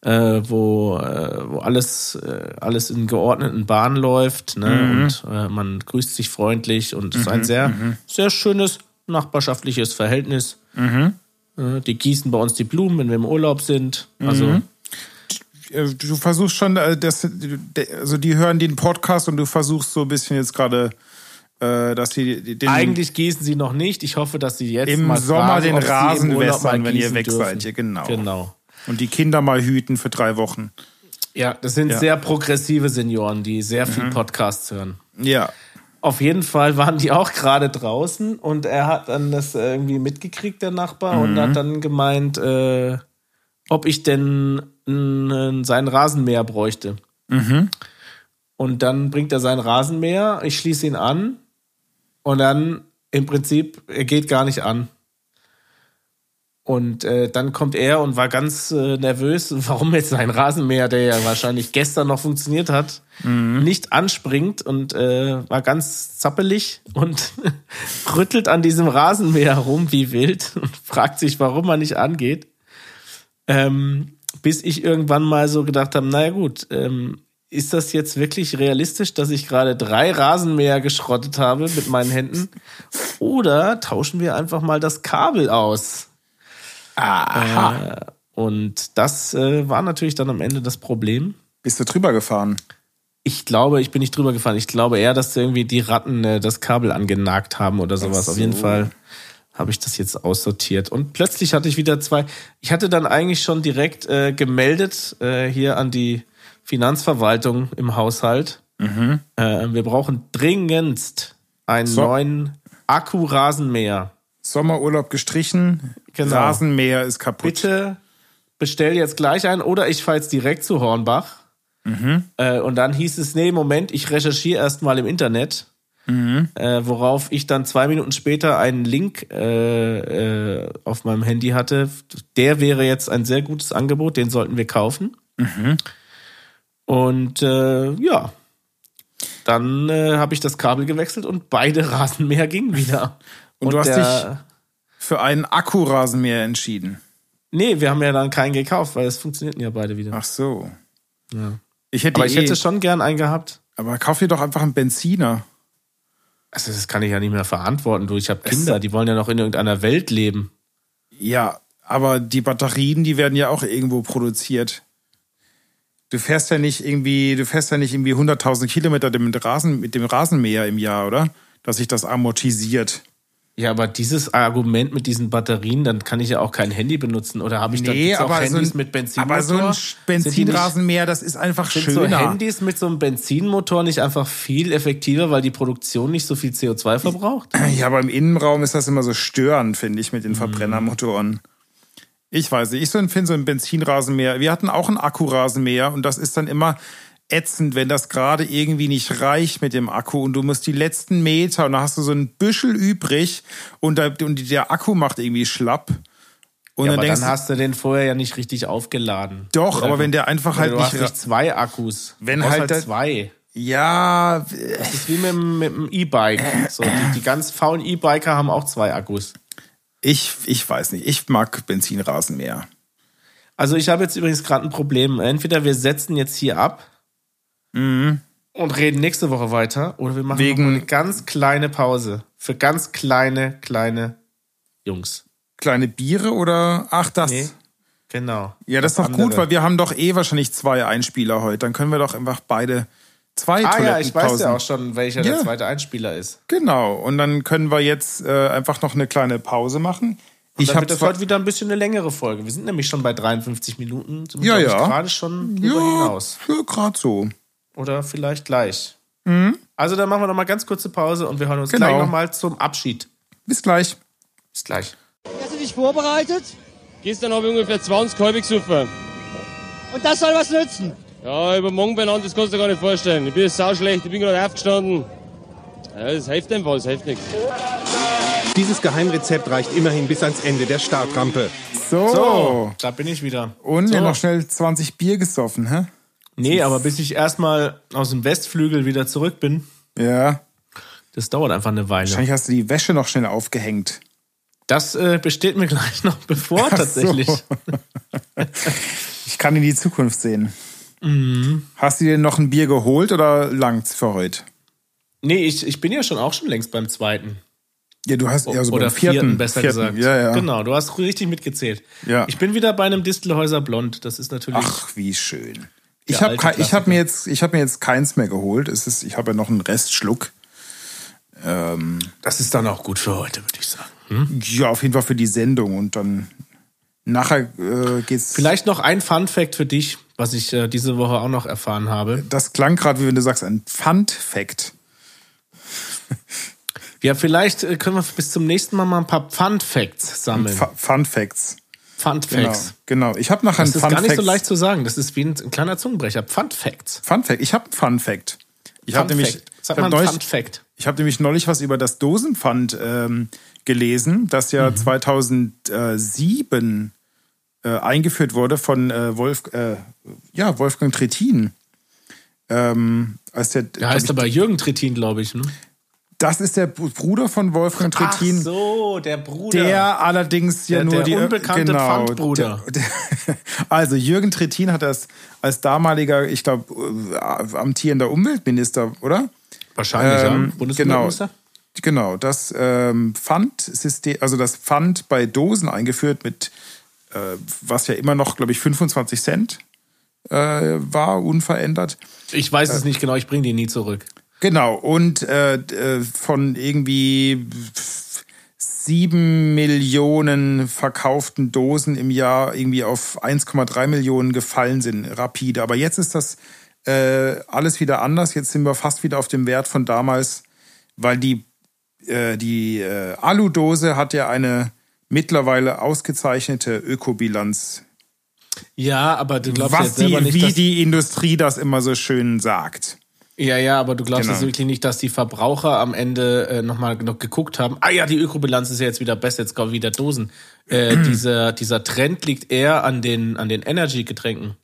B: äh, wo, äh, wo alles, äh, alles in geordneten Bahnen läuft ne? und äh, man grüßt sich freundlich und es ist ein sehr, sehr schönes nachbarschaftliches Verhältnis. Äh, Die gießen bei uns die Blumen, wenn wir im Urlaub sind. Also
A: Äh, Du versuchst schon, äh, das, de- also die hören den Podcast und du versuchst so ein bisschen jetzt gerade, äh, dass sie den
B: eigentlich gießen sie noch nicht. Ich hoffe, dass sie jetzt
A: Im
B: mal
A: Sommer
B: fragen,
A: den
B: ob sie im
A: Rasen
B: Urlaub
A: wässern,
B: mal
A: wenn ihr
B: gießen
A: weg
B: dürfen.
A: seid. Ja, genau.
B: Genau.
A: und die Kinder mal hüten für drei Wochen.
B: Ja, das sind sehr progressive Senioren, die sehr viel
A: Mhm.
B: Podcasts hören.
A: Ja.
B: Auf jeden Fall waren die auch gerade draußen und er hat dann das äh, irgendwie mitgekriegt, der Nachbar,
A: Mhm.
B: und hat dann gemeint, äh, ob ich denn äh, seinen Rasenmäher bräuchte.
A: Mhm.
B: Und dann bringt er seinen Rasenmäher, ich schließe ihn an und dann im Prinzip, er geht gar nicht an. Und äh, dann kommt er und war ganz äh, nervös, warum jetzt sein Rasenmäher, der ja wahrscheinlich gestern noch funktioniert hat, nicht anspringt und äh, war ganz zappelig und rüttelt an diesem Rasenmäher rum wie wild und fragt sich, warum er nicht angeht. Ähm, bis ich irgendwann mal so gedacht habe, naja gut, ähm, ist das jetzt wirklich realistisch, dass ich gerade drei Rasenmäher geschrottet habe mit meinen Händen? Oder tauschen wir einfach mal das Kabel aus? Aha. Äh, und das äh, war natürlich dann am Ende das Problem.
A: Bist du drüber gefahren?
B: Ich glaube, ich bin nicht drüber gefahren. Ich glaube eher, dass irgendwie die Ratten äh, das Kabel angenagt haben oder sowas. Auf jeden Fall habe ich das jetzt aussortiert. Und plötzlich hatte ich wieder zwei. Ich hatte dann eigentlich schon direkt äh, gemeldet äh, hier an die Finanzverwaltung im Haushalt. Äh, wir brauchen dringendst einen
A: So.
B: neuen Akku-Rasenmäher.
A: Sommerurlaub gestrichen,
B: Genau.
A: Rasenmäher ist kaputt.
B: bitte bestell jetzt gleich ein oder ich fahre jetzt direkt zu
A: Mhm.
B: Hornbach. Äh, und dann hieß es, nee, Moment, ich recherchiere erstmal im Internet.
A: Mhm.
B: äh, worauf ich dann zwei Minuten später einen Link äh, äh, auf meinem Handy hatte. Der wäre jetzt ein sehr gutes Angebot, den sollten wir kaufen.
A: Mhm.
B: Und äh, ja, dann äh, habe ich das Kabel gewechselt und beide Rasenmäher gingen wieder.
A: Und du hast
B: der-
A: Für einen Akkurasenmäher entschieden.
B: Nee, wir haben ja dann keinen gekauft, weil es funktionierten ja beide wieder.
A: Ach so. Ich hätte
B: Aber ich
A: eh,
B: hätte schon gern einen gehabt.
A: aber kauf dir doch einfach einen Benziner.
B: Also das kann ich ja nicht mehr verantworten, du. Ich habe Kinder, die wollen ja noch in irgendeiner Welt leben.
A: Ja, aber die Batterien, die werden ja auch irgendwo produziert. Du fährst ja nicht irgendwie, du fährst ja nicht irgendwie 100.000 Kilometer mit, Rasen, mit dem Rasenmäher im Jahr, oder? Dass sich das amortisiert.
B: Ja, aber dieses Argument mit diesen Batterien, dann kann ich ja auch kein Handy benutzen. Oder habe ich dann gibt's auch Handys mit Benzinmotor?
A: aber so ein
B: Sind die nicht-
A: Benzinrasenmäher, das ist einfach
B: Sind so
A: schöner.
B: Handys mit so einem Benzinmotor nicht einfach viel effektiver, weil die Produktion nicht so viel CO2 verbraucht?
A: ja, aber im Innenraum ist das immer so störend, finde ich, mit
B: Mhm.
A: den Verbrennermotoren. Ich weiß nicht, ich so finde so ein Benzinrasenmäher. Wir hatten auch einen Akkurasenmäher und das ist dann immer ätzend, wenn das gerade irgendwie nicht reicht mit dem Akku und du musst die letzten Meter und da hast du so ein Büschel übrig und, da, und der Akku macht irgendwie schlapp. Und
B: Ja,
A: dann
B: aber
A: denkst
B: dann
A: du,
B: hast du den vorher ja nicht richtig aufgeladen.
A: doch, aber wenn der einfach
B: Oder
A: halt
B: du hast
A: nicht,
B: nicht
A: nicht.
B: zwei Akkus.
A: Wenn
B: du brauchst
A: halt der-
B: halt zwei.
A: Ja,
B: Das ist wie mit, dem- mit dem E-Bike. So, die, die ganz faulen E-Biker haben auch zwei Akkus.
A: ich, ich weiß nicht. Ich mag Benzinrasenmäher.
B: Also ich habe jetzt übrigens gerade ein Problem. Entweder wir setzen jetzt hier ab und reden nächste Woche weiter, oder wir machen
A: Mhm. Wegen-
B: noch mal eine ganz kleine Pause für ganz kleine, kleine Jungs.
A: Kleine Biere oder ach das.
B: Nee, genau.
A: Ja, das ist doch gut,
B: andere.
A: weil wir haben doch eh wahrscheinlich zwei Einspieler heute. Dann können wir doch einfach beide zwei
B: Ah ja, ich weiß
A: Toilettenpausen.
B: ja auch schon, welcher
A: Ja.
B: der zweite Einspieler ist.
A: Genau. Und dann können wir jetzt äh, einfach noch eine kleine Pause machen. Ich
B: Dann
A: habe
B: wird das heute wieder ein bisschen eine längere Folge. Wir sind nämlich schon bei 53 Minuten. Sind,
A: Ja,
B: glaub ich,
A: ja.
B: Gerade schon
A: ja,
B: drüber hinaus.
A: ja gerade so.
B: Oder vielleicht gleich. Also dann machen wir noch mal ganz kurze Pause und wir hören uns
A: Genau.
B: gleich noch mal zum Abschied.
A: Bis gleich.
B: Bis gleich.
D: Hast du dich vorbereitet?
E: Gestern habe ich ungefähr 20 Kalbe gesoffen.
D: Und das soll was nützen.
E: Ja, über morgen benannt, das kannst du dir gar nicht vorstellen. Ich bin sau schlecht, ich bin gerade aufgestanden. Ja, das hilft einfach, das hilft nichts.
F: Dieses Geheimrezept reicht immerhin bis ans Ende der Startrampe.
A: So.
B: So, da bin ich wieder.
A: Und
B: so.
A: wir noch schnell 20 Bier gesoffen, hä?
B: Nee, aber bis ich erstmal aus dem Westflügel wieder zurück bin,
A: Ja.
B: das dauert einfach eine Weile.
A: Wahrscheinlich hast du die Wäsche noch schnell aufgehängt.
B: Das äh, besteht mir gleich noch bevor tatsächlich.
A: So. ich kann in die Zukunft sehen.
B: Mhm.
A: Hast du dir noch ein Bier geholt oder langt's für heute?
B: Nee, ich, ich bin ja schon auch schon längst beim zweiten.
A: Ja, du hast ja so
B: Oder
A: beim vierten,
B: also vierten, besser
A: vierten,
B: gesagt.
A: Ja, ja.
B: Genau, du hast richtig mitgezählt.
A: Ja.
B: Ich bin wieder bei einem Distelhäuser Blond. Das ist natürlich.
A: Ach, wie schön. Ich
B: Der
A: habe
B: alte
A: ich hab
B: Klassiker.
A: mir jetzt ich habe mir jetzt keins mehr geholt. Es ist ich habe ja noch einen Restschluck.
B: das ist dann auch gut für heute, würde ich sagen.
A: Ja, auf jeden Fall für die Sendung und dann nachher äh, geht's
B: Vielleicht noch ein Fun Fact für dich, was ich äh, diese Woche auch noch erfahren habe.
A: das klang gerade wie wenn du sagst ein Fun Fact.
B: Ja, vielleicht äh, können wir bis zum nächsten Mal mal ein paar Fun Facts sammeln.
A: Fu- Fun Facts.
B: Fun
A: Genau.
B: Facts.
A: genau. Ich habe nachher
B: Das
A: einen
B: ist
A: Fun
B: gar nicht so
A: Facts-
B: leicht zu sagen. Das ist wie ein, ein kleiner Zungenbrecher. Fun Facts.
A: Fun Fact. Ich habe einen Fun Fact. Ich habe
B: Fun
A: nämlich
B: Fact. Sag
A: ich
B: mal
A: hab
B: ein
A: neulich-
B: Fun Fact.
A: Ich habe nämlich neulich was über das Dosenpfand ähm, gelesen, das
B: Mhm.
A: ja 2007 äh, eingeführt wurde von äh, Wolf, äh, ja, Wolfgang Trittin. Ähm, als der,
B: Der heißt aber Jürgen Trittin, glaube ich. Ne?
A: das ist der Bruder von Wolfgang Trittin,
B: so, der Bruder.
A: der allerdings ja
B: Der-
A: nur
B: der
A: die
B: unbekannte
A: genau,
B: Pfandbruder.
A: Der, der, also Jürgen Trittin hat das als damaliger, ich glaube, äh, amtierender Umweltminister, oder?
B: Wahrscheinlich,
A: Ähm,
B: ja.
A: genau,
B: Bundesminister.
A: genau, das ähm, Pfandsystem, also das Pfand bei Dosen eingeführt mit, äh, was ja immer noch, glaube ich, 25 Cent äh, war, unverändert.
B: Ich weiß
A: Äh.
B: es nicht genau, ich bringe die nie zurück.
A: Genau, und äh, äh, von irgendwie pf- sieben Millionen verkauften Dosen im Jahr irgendwie auf 1,3 Millionen gefallen sind, rapide. Aber jetzt ist das äh, alles wieder anders. Jetzt sind wir fast wieder auf dem Wert von damals, weil die, äh, die äh, Aludose hat ja eine mittlerweile ausgezeichnete Ökobilanz.
B: Ja, aber du glaubst ja
A: Was die,
B: selber nicht,
A: wie
B: dass,
A: die Industrie das immer so schön sagt.
B: Ja, ja, aber du glaubst
A: Genau.
B: jetzt wirklich nicht, dass die Verbraucher am Ende äh, nochmal noch geguckt haben, ah ja, die Ökobilanz ist ja jetzt wieder besser, jetzt kaufe ich wieder Dosen. Äh, dieser, dieser Trend liegt eher an den, an den Energy-Getränken.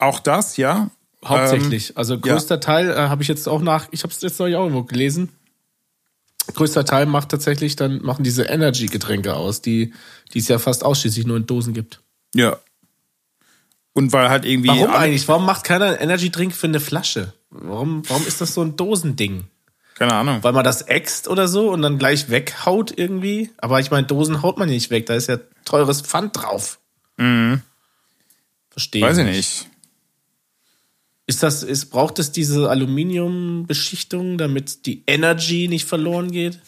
A: Auch das, ja.
B: Hauptsächlich.
A: Ähm,
B: also größter Teil äh, habe ich jetzt auch nach, ich habe es jetzt neulich auch irgendwo gelesen. Größter Teil macht tatsächlich dann, machen diese Energy-Getränke aus, die, die es ja fast ausschließlich nur in Dosen gibt.
A: Ja. Und weil halt irgendwie.
B: Warum
A: alle-
B: eigentlich? Warum macht keiner einen Energy-Drink für eine Flasche? Warum, warum ist das so ein Dosending?
A: Keine Ahnung.
B: Weil man das äxt oder so und dann gleich weghaut irgendwie. Aber ich meine, Dosen haut man ja nicht weg, da ist ja teures Pfand drauf. Verstehe.
A: Mhm. Weiß ich nicht.
B: Ist das, ist, braucht es diese Aluminiumbeschichtung, damit die Energy nicht verloren geht?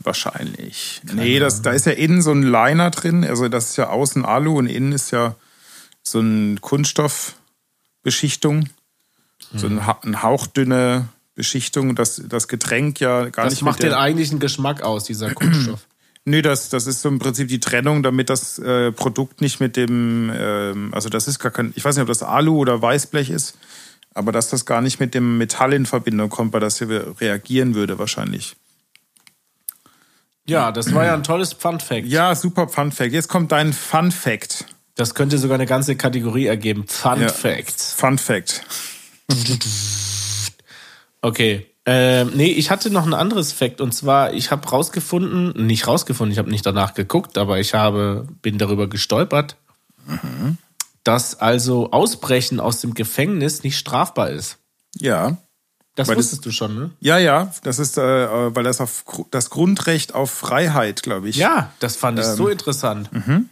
A: Wahrscheinlich. nee, das, da ist ja innen so ein Liner drin. Also das ist ja außen Alu und innen ist ja so eine Kunststoffbeschichtung. So
B: Hm.
A: ein, ha- ein hauchdünne Beschichtung. Das, das Getränk ja gar
B: Das
A: nicht
B: macht
A: mit
B: den
A: der,
B: eigentlichen Geschmack aus, dieser Kunststoff.
A: Nö, das, das ist so im Prinzip die Trennung, damit das äh, Produkt nicht mit dem, ähm, also das ist gar kein, ich weiß nicht, ob das Alu oder Weißblech ist, aber dass das gar nicht mit dem Metall in Verbindung kommt, weil das hier reagieren würde wahrscheinlich.
B: Ja, das war ja ein tolles Fun-Fact.
A: Ja, super Fun Fact. Jetzt kommt dein Fun Fact.
B: Das könnte sogar eine ganze Kategorie ergeben.
A: Ja.
B: Fun-Facts.
A: Fun Fact.
B: Okay. Ähm, nee, ich hatte noch ein anderes Fact und zwar, ich habe rausgefunden, nicht rausgefunden, ich habe nicht danach geguckt, aber ich habe, bin darüber gestolpert, dass also Ausbrechen aus dem Gefängnis nicht strafbar ist.
A: Ja.
B: Das
A: Weil das-
B: wusstest du schon, ne?
A: Ja, ja, das ist, äh, äh, weil das auf Gru- das Grundrecht auf Freiheit, glaube ich.
B: Ja, das fand ich
A: Ähm.
B: so interessant.
A: Mhm.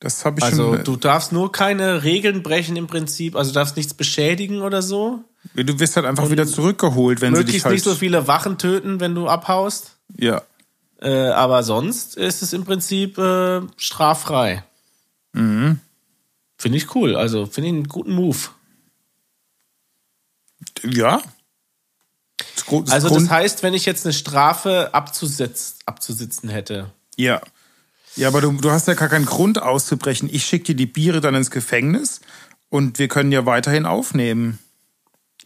A: Das habe ich
B: Also
A: schon.
B: du darfst nur keine Regeln brechen im Prinzip, also darfst nichts beschädigen oder so.
A: Du, du wirst halt einfach wieder zurückgeholt, wenn sie dich
B: Möglichst
A: halt.
B: nicht so viele Wachen töten, wenn du abhaust.
A: ja.
B: Äh, aber sonst ist es im Prinzip äh, straffrei. Finde ich cool. Also finde ich einen guten Move.
A: Ja. Das Gru- das
B: Also
A: Grund-
B: das heißt, wenn ich jetzt eine Strafe abzusetz, abzusitzen hätte.
A: Ja. Ja, aber du, du hast ja gar keinen Grund auszubrechen. Ich schicke dir die Biere dann ins Gefängnis und wir können ja weiterhin aufnehmen.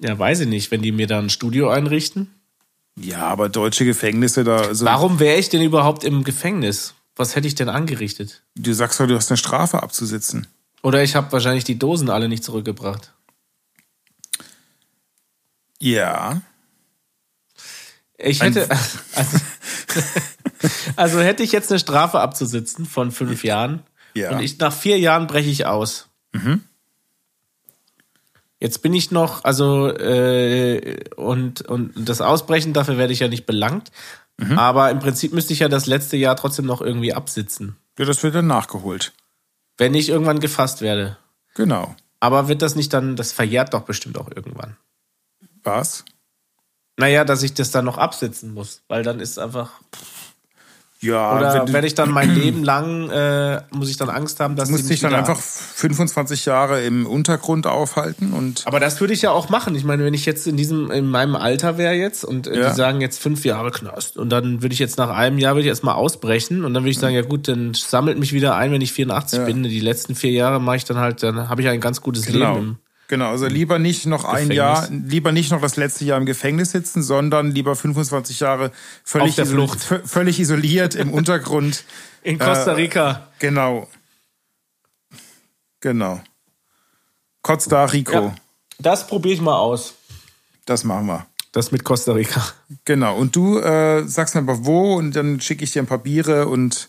B: Ja, weiß ich nicht, wenn die mir da ein Studio einrichten.
A: Ja, aber deutsche Gefängnisse da. Also,
B: Warum wäre ich denn überhaupt im Gefängnis? Was hätte ich denn angerichtet?
A: Du sagst doch, du hast eine Strafe abzusitzen.
B: Oder ich habe wahrscheinlich die Dosen alle nicht zurückgebracht.
A: Ja.
B: Ich hätte. Also, also hätte ich jetzt eine Strafe abzusitzen von fünf Jahren
A: Ja. Mhm.
B: und ich nach vier Jahren breche ich aus. Jetzt bin ich noch, also äh, und, und das Ausbrechen, dafür werde ich ja nicht belangt.
A: Mhm.
B: Aber im Prinzip müsste ich ja das letzte Jahr trotzdem noch irgendwie absitzen,
A: ja, das wird dann nachgeholt.
B: wenn ich irgendwann gefasst werde.
A: Genau.
B: Aber wird das nicht dann, das verjährt doch bestimmt auch irgendwann.
A: Was?
B: Naja, dass ich das dann noch absitzen muss, weil dann ist einfach
A: Ja, also,
B: Oder
A: du-
B: werde ich dann mein Leben lang, äh, muss ich dann Angst haben, dass
A: Du musst
B: die
A: dich
B: mich
A: dann
B: wieder-
A: einfach 25 Jahre im Untergrund aufhalten und
B: Aber das würde ich ja auch machen. Ich meine, wenn ich jetzt in diesem, in meinem Alter wäre jetzt und äh,
A: Ja.
B: die sagen jetzt fünf Jahre Knast und dann würde ich jetzt nach einem Jahr würde ich erstmal ausbrechen und dann würde ich sagen, ja gut, dann sammelt mich wieder ein, wenn ich 84 bin. Die letzten vier Jahre mache ich dann halt, dann habe ich ein ganz gutes
A: genau.
B: Leben.
A: Genau, also lieber nicht noch ein
B: Gefängnis.
A: Jahr, lieber nicht noch das letzte Jahr im Gefängnis sitzen, sondern lieber 25 Jahre völlig,
B: Auf der
A: isol-
B: Flucht.
A: vö- völlig isoliert im Untergrund.
B: In Costa Rica.
A: Genau. Genau. Costa Rico,
B: ja. Das probiere ich mal aus.
A: das machen wir.
B: Das mit Costa Rica.
A: Genau, und du äh, sagst mir aber wo und dann schicke ich dir ein paar Biere und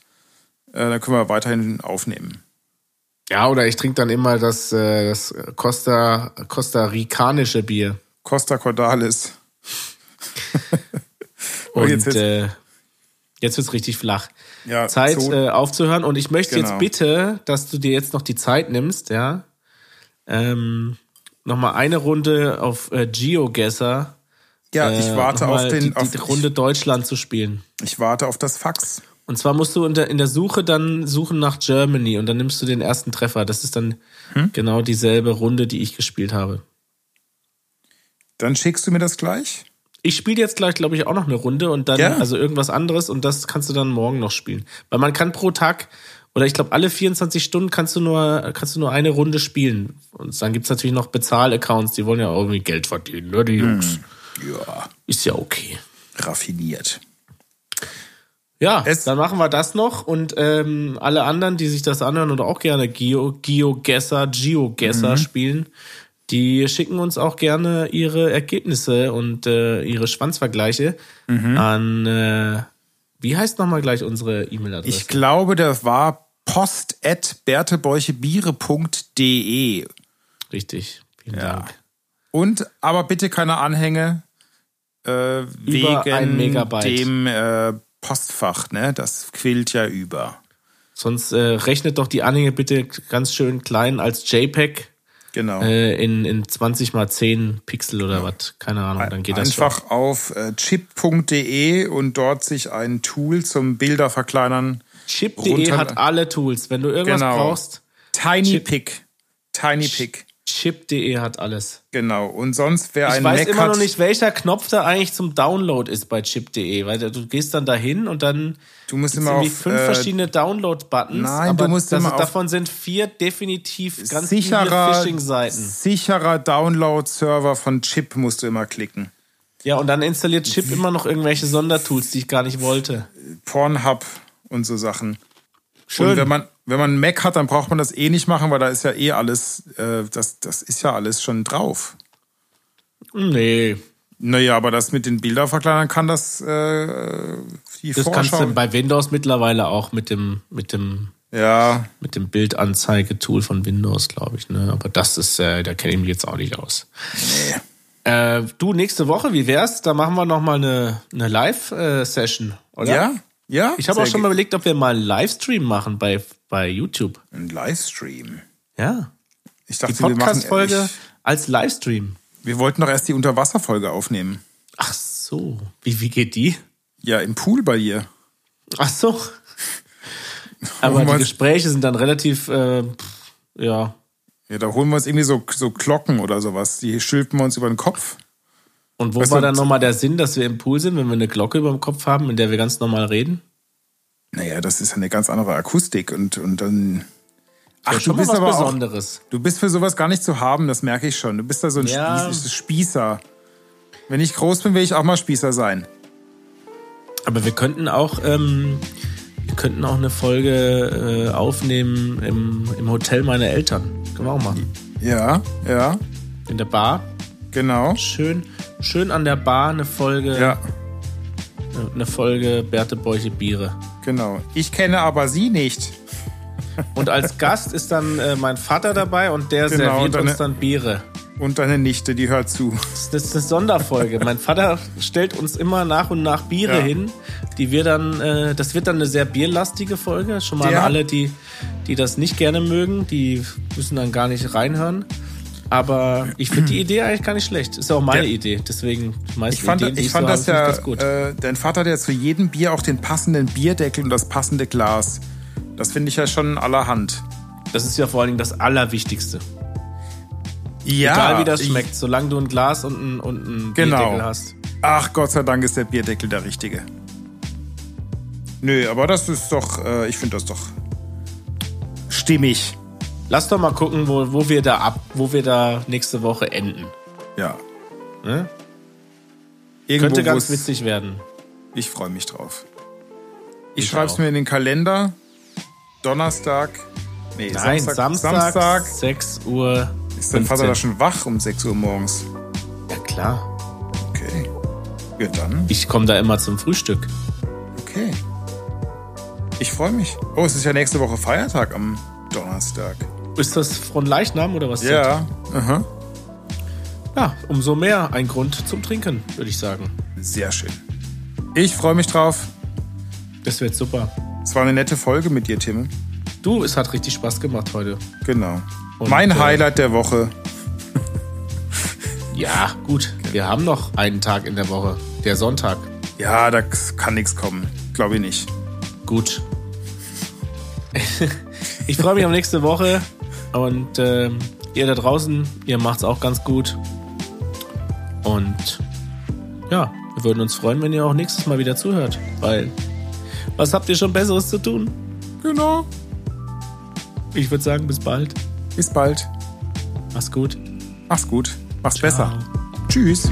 A: äh, dann können wir weiterhin aufnehmen.
B: Ja, oder ich trinke dann immer das, äh, das Costa, Costa Ricanische Bier.
A: Costa Cordalis.
B: Und
A: jetzt- jetzt-
B: jetzt, äh, jetzt wird's richtig flach.
A: Ja,
B: Zeit
A: so-
B: äh, aufzuhören. Und ich möchte
A: Genau.
B: jetzt bitte, dass du dir jetzt noch die Zeit nimmst, ja. Ähm, Nochmal eine Runde auf äh, GeoGuessr.
A: Ja, ich
B: äh,
A: warte
B: noch mal
A: auf den
B: die,
A: auf,
B: die Runde Deutschland zu spielen.
A: Ich warte auf das Fax.
B: Und zwar musst du in der, in der Suche dann suchen nach Germany und dann nimmst du den ersten Treffer. Das ist dann
A: Hm?
B: genau dieselbe Runde, die ich gespielt habe.
A: Dann schickst du mir das gleich?
B: Ich spiele jetzt gleich, glaube ich, auch noch eine Runde und dann,
A: Ja.
B: also irgendwas anderes und das kannst du dann morgen noch spielen. Weil man kann pro Tag Oder ich glaube, alle 24 Stunden kannst du nur, kannst du nur eine Runde spielen. Und dann gibt's natürlich noch Bezahl-Accounts, die wollen ja auch irgendwie Geld verdienen, ne, die Jungs.
A: Ja,
B: Ist ja okay.
A: raffiniert.
B: Ja,
A: Es-
B: dann machen wir das noch und ähm, alle anderen, die sich das anhören oder auch gerne Geo, GeoGesser, GeoGesser
A: Mhm.
B: spielen, die schicken uns auch gerne ihre Ergebnisse und äh, ihre Schwanzvergleiche
A: Mhm.
B: an, äh, wie heißt nochmal gleich unsere E-Mail-Adresse?
A: Ich glaube, der war post.bertebäuchebiere.de.
B: Richtig, vielen Dank.
A: Und aber bitte keine Anhänge äh,
B: Über
A: wegen
B: ein Megabyte.
A: dem äh, Postfach, ne? Das quillt ja über.
B: Sonst äh, rechnet doch die Anhänge bitte ganz schön klein als JPEG
A: Genau.
B: äh, in, in 20 mal 10 Pixel oder was, keine Ahnung, dann geht das schon.
A: Einfach auf äh, chip.de und dort sich ein Tool zum Bilderverkleinern.
B: Chip.de
A: runter-
B: hat alle Tools. Wenn du irgendwas
A: Genau.
B: brauchst,
A: Tiny
B: Chip-
A: Pick. Tiny Pick.
B: Chip.de hat alles.
A: Genau. Und sonst, wer
B: Ich
A: einen
B: weiß
A: Mac
B: immer
A: hat,
B: noch nicht, welcher Knopf da eigentlich zum Download ist bei Chip.de, weil du gehst dann dahin und dann
A: du musst
B: sind
A: immer
B: irgendwie
A: auf
B: fünf
A: äh,
B: verschiedene Download-Buttons.
A: nein,
B: aber
A: du musst
B: das,
A: immer auf-
B: davon sind vier definitiv ganz viele
A: sicherer,
B: Phishing-Seiten.
A: sicherer Download-Server von Chip musst du immer klicken.
B: Ja, und dann installiert Chip immer noch irgendwelche Sondertools, die ich gar nicht wollte.
A: Pornhub und so Sachen. Und
B: Schön.
A: wenn man, wenn man einen Mac hat, dann braucht man das eh nicht machen, weil da ist ja eh alles, äh, das, das ist ja alles schon drauf.
B: Hm, nee,
A: Naja, aber das mit den Bilderverkleinern kann das äh, die
B: das kannst
A: Vorschau.
B: du bei Windows mittlerweile auch mit dem, mit dem
A: ja,
B: mit dem Bildanzeigetool von Windows, glaube ich. Ne? Aber das ist, äh, da kenne ich mich jetzt auch nicht aus. Äh, du, nächste Woche, wie wär's? Da machen wir nochmal eine, eine Live-Session, oder?
A: ja, ja.
B: Ich habe
A: sehr
B: auch schon mal überlegt, ob wir mal einen Livestream machen bei, bei YouTube.
A: ge- ein Livestream.
B: Ja.
A: Ich dachte,
B: Die
A: Also wir machen
B: Podcast-Folge
A: ich-
B: als Livestream.
A: Wir wollten doch erst die Unterwasserfolge aufnehmen.
B: Ach so. Wie, wie geht die?
A: Ja, im Pool bei dir.
B: Ach so. Aber
A: Holen wir
B: die
A: uns-
B: Gespräche sind dann relativ, äh, pff, ja.
A: Ja, da holen wir uns irgendwie so, so Glocken oder sowas. Die stülpen wir uns über den Kopf.
B: Und wo
A: Weißt
B: war
A: du,
B: dann nochmal der Sinn, dass wir im Pool sind, wenn wir eine Glocke über dem Kopf haben, in der wir ganz normal reden?
A: Naja, das ist ja eine ganz andere Akustik und, und dann. Ach,
B: schon
A: du
B: mal
A: bist
B: was
A: aber auch,
B: Besonderes.
A: Du bist für sowas gar nicht zu haben, das merke ich schon. Du bist da so ein
B: Ja.
A: Spieß, Spießer. Wenn ich groß bin, will ich auch mal Spießer sein.
B: Aber wir könnten auch, ähm, wir könnten auch eine Folge äh, aufnehmen im, im Hotel meiner Eltern. Können wir auch machen.
A: Ja, ja,
B: In der Bar.
A: genau.
B: Schön, schön an der Bar eine Folge,
A: Ja,
B: eine Folge Berthe Bäuche Biere.
A: genau. Ich kenne aber sie nicht.
B: Und als Gast ist dann äh, mein Vater dabei und der
A: Genau,
B: serviert
A: und
B: uns
A: eine-
B: dann Biere.
A: Und deine Nichte, die hört zu.
B: Das ist eine Sonderfolge. mein Vater stellt uns immer nach und nach Biere
A: Ja.
B: hin, die wir dann, äh, das wird dann eine sehr bierlastige Folge. Schon mal
A: Ja.
B: an alle, die, die das nicht gerne mögen, die müssen dann gar nicht reinhören. Aber ich finde die Idee eigentlich gar nicht schlecht. Ist auch meine
A: Ja.
B: Idee. Deswegen die meisten
A: Ich fand,
B: Ideen, die
A: ich fand
B: so
A: das
B: habe,
A: ja,
B: finde ich ganz gut.
A: äh, dein Vater hat ja zu jedem Bier auch den passenden Bierdeckel und das passende Glas. Das finde ich ja schon allerhand.
B: das ist ja vor allen Dingen das Allerwichtigste.
A: Ja,
B: Egal wie das
A: ich-
B: schmeckt, solange du ein Glas und ein, und ein
A: Genau.
B: Bierdeckel hast.
A: Ach, Gott sei Dank ist der Bierdeckel der richtige. Nö, aber das ist doch, äh, ich finde das doch stimmig.
B: Lass doch mal gucken, wo, wo wir da ab, wo wir da nächste Woche enden.
A: Ja.
B: Ne?
A: Irgendwo,
B: Könnte ganz
A: wo's-
B: witzig werden.
A: Ich freue mich drauf. Ich,
B: Ich
A: schreibe es
B: auch.
A: mir in den Kalender. Donnerstag. Nee,
B: Nein,
A: Samstag.
B: Samstag, 6 Uhr.
A: Ist dein Vater
B: 15.
A: da schon wach um 6 Uhr morgens?
B: Ja, klar.
A: Okay. Ja, dann.
B: Ich komme da immer zum Frühstück.
A: Okay. Ich freue mich. Oh, es ist ja nächste Woche Feiertag am Donnerstag.
B: Ist das von Leichnam oder was?
A: Ja. Aha.
B: Ja, umso mehr ein Grund zum Trinken, würde ich sagen.
A: Sehr schön. Ich freue mich drauf.
B: Das wird super.
A: Es war eine nette Folge mit dir, Tim.
B: Du, es hat richtig Spaß gemacht heute.
A: Genau.
B: Und,
A: mein
B: äh,
A: Highlight der Woche.
B: Ja, gut. Wir haben noch einen Tag in der Woche. Der Sonntag.
A: Ja, da kann nichts kommen. Glaube ich nicht.
B: Gut. ich freue mich auf nächste Woche. Und ähm, ihr da draußen, ihr macht's auch ganz gut. Und ja, wir würden uns freuen, wenn ihr auch nächstes Mal wieder zuhört. Weil was habt ihr schon Besseres zu tun?
A: Genau.
B: Ich würde sagen, bis bald.
A: Bis bald.
B: Mach's gut.
A: Mach's gut. Mach's besser. Tschüss.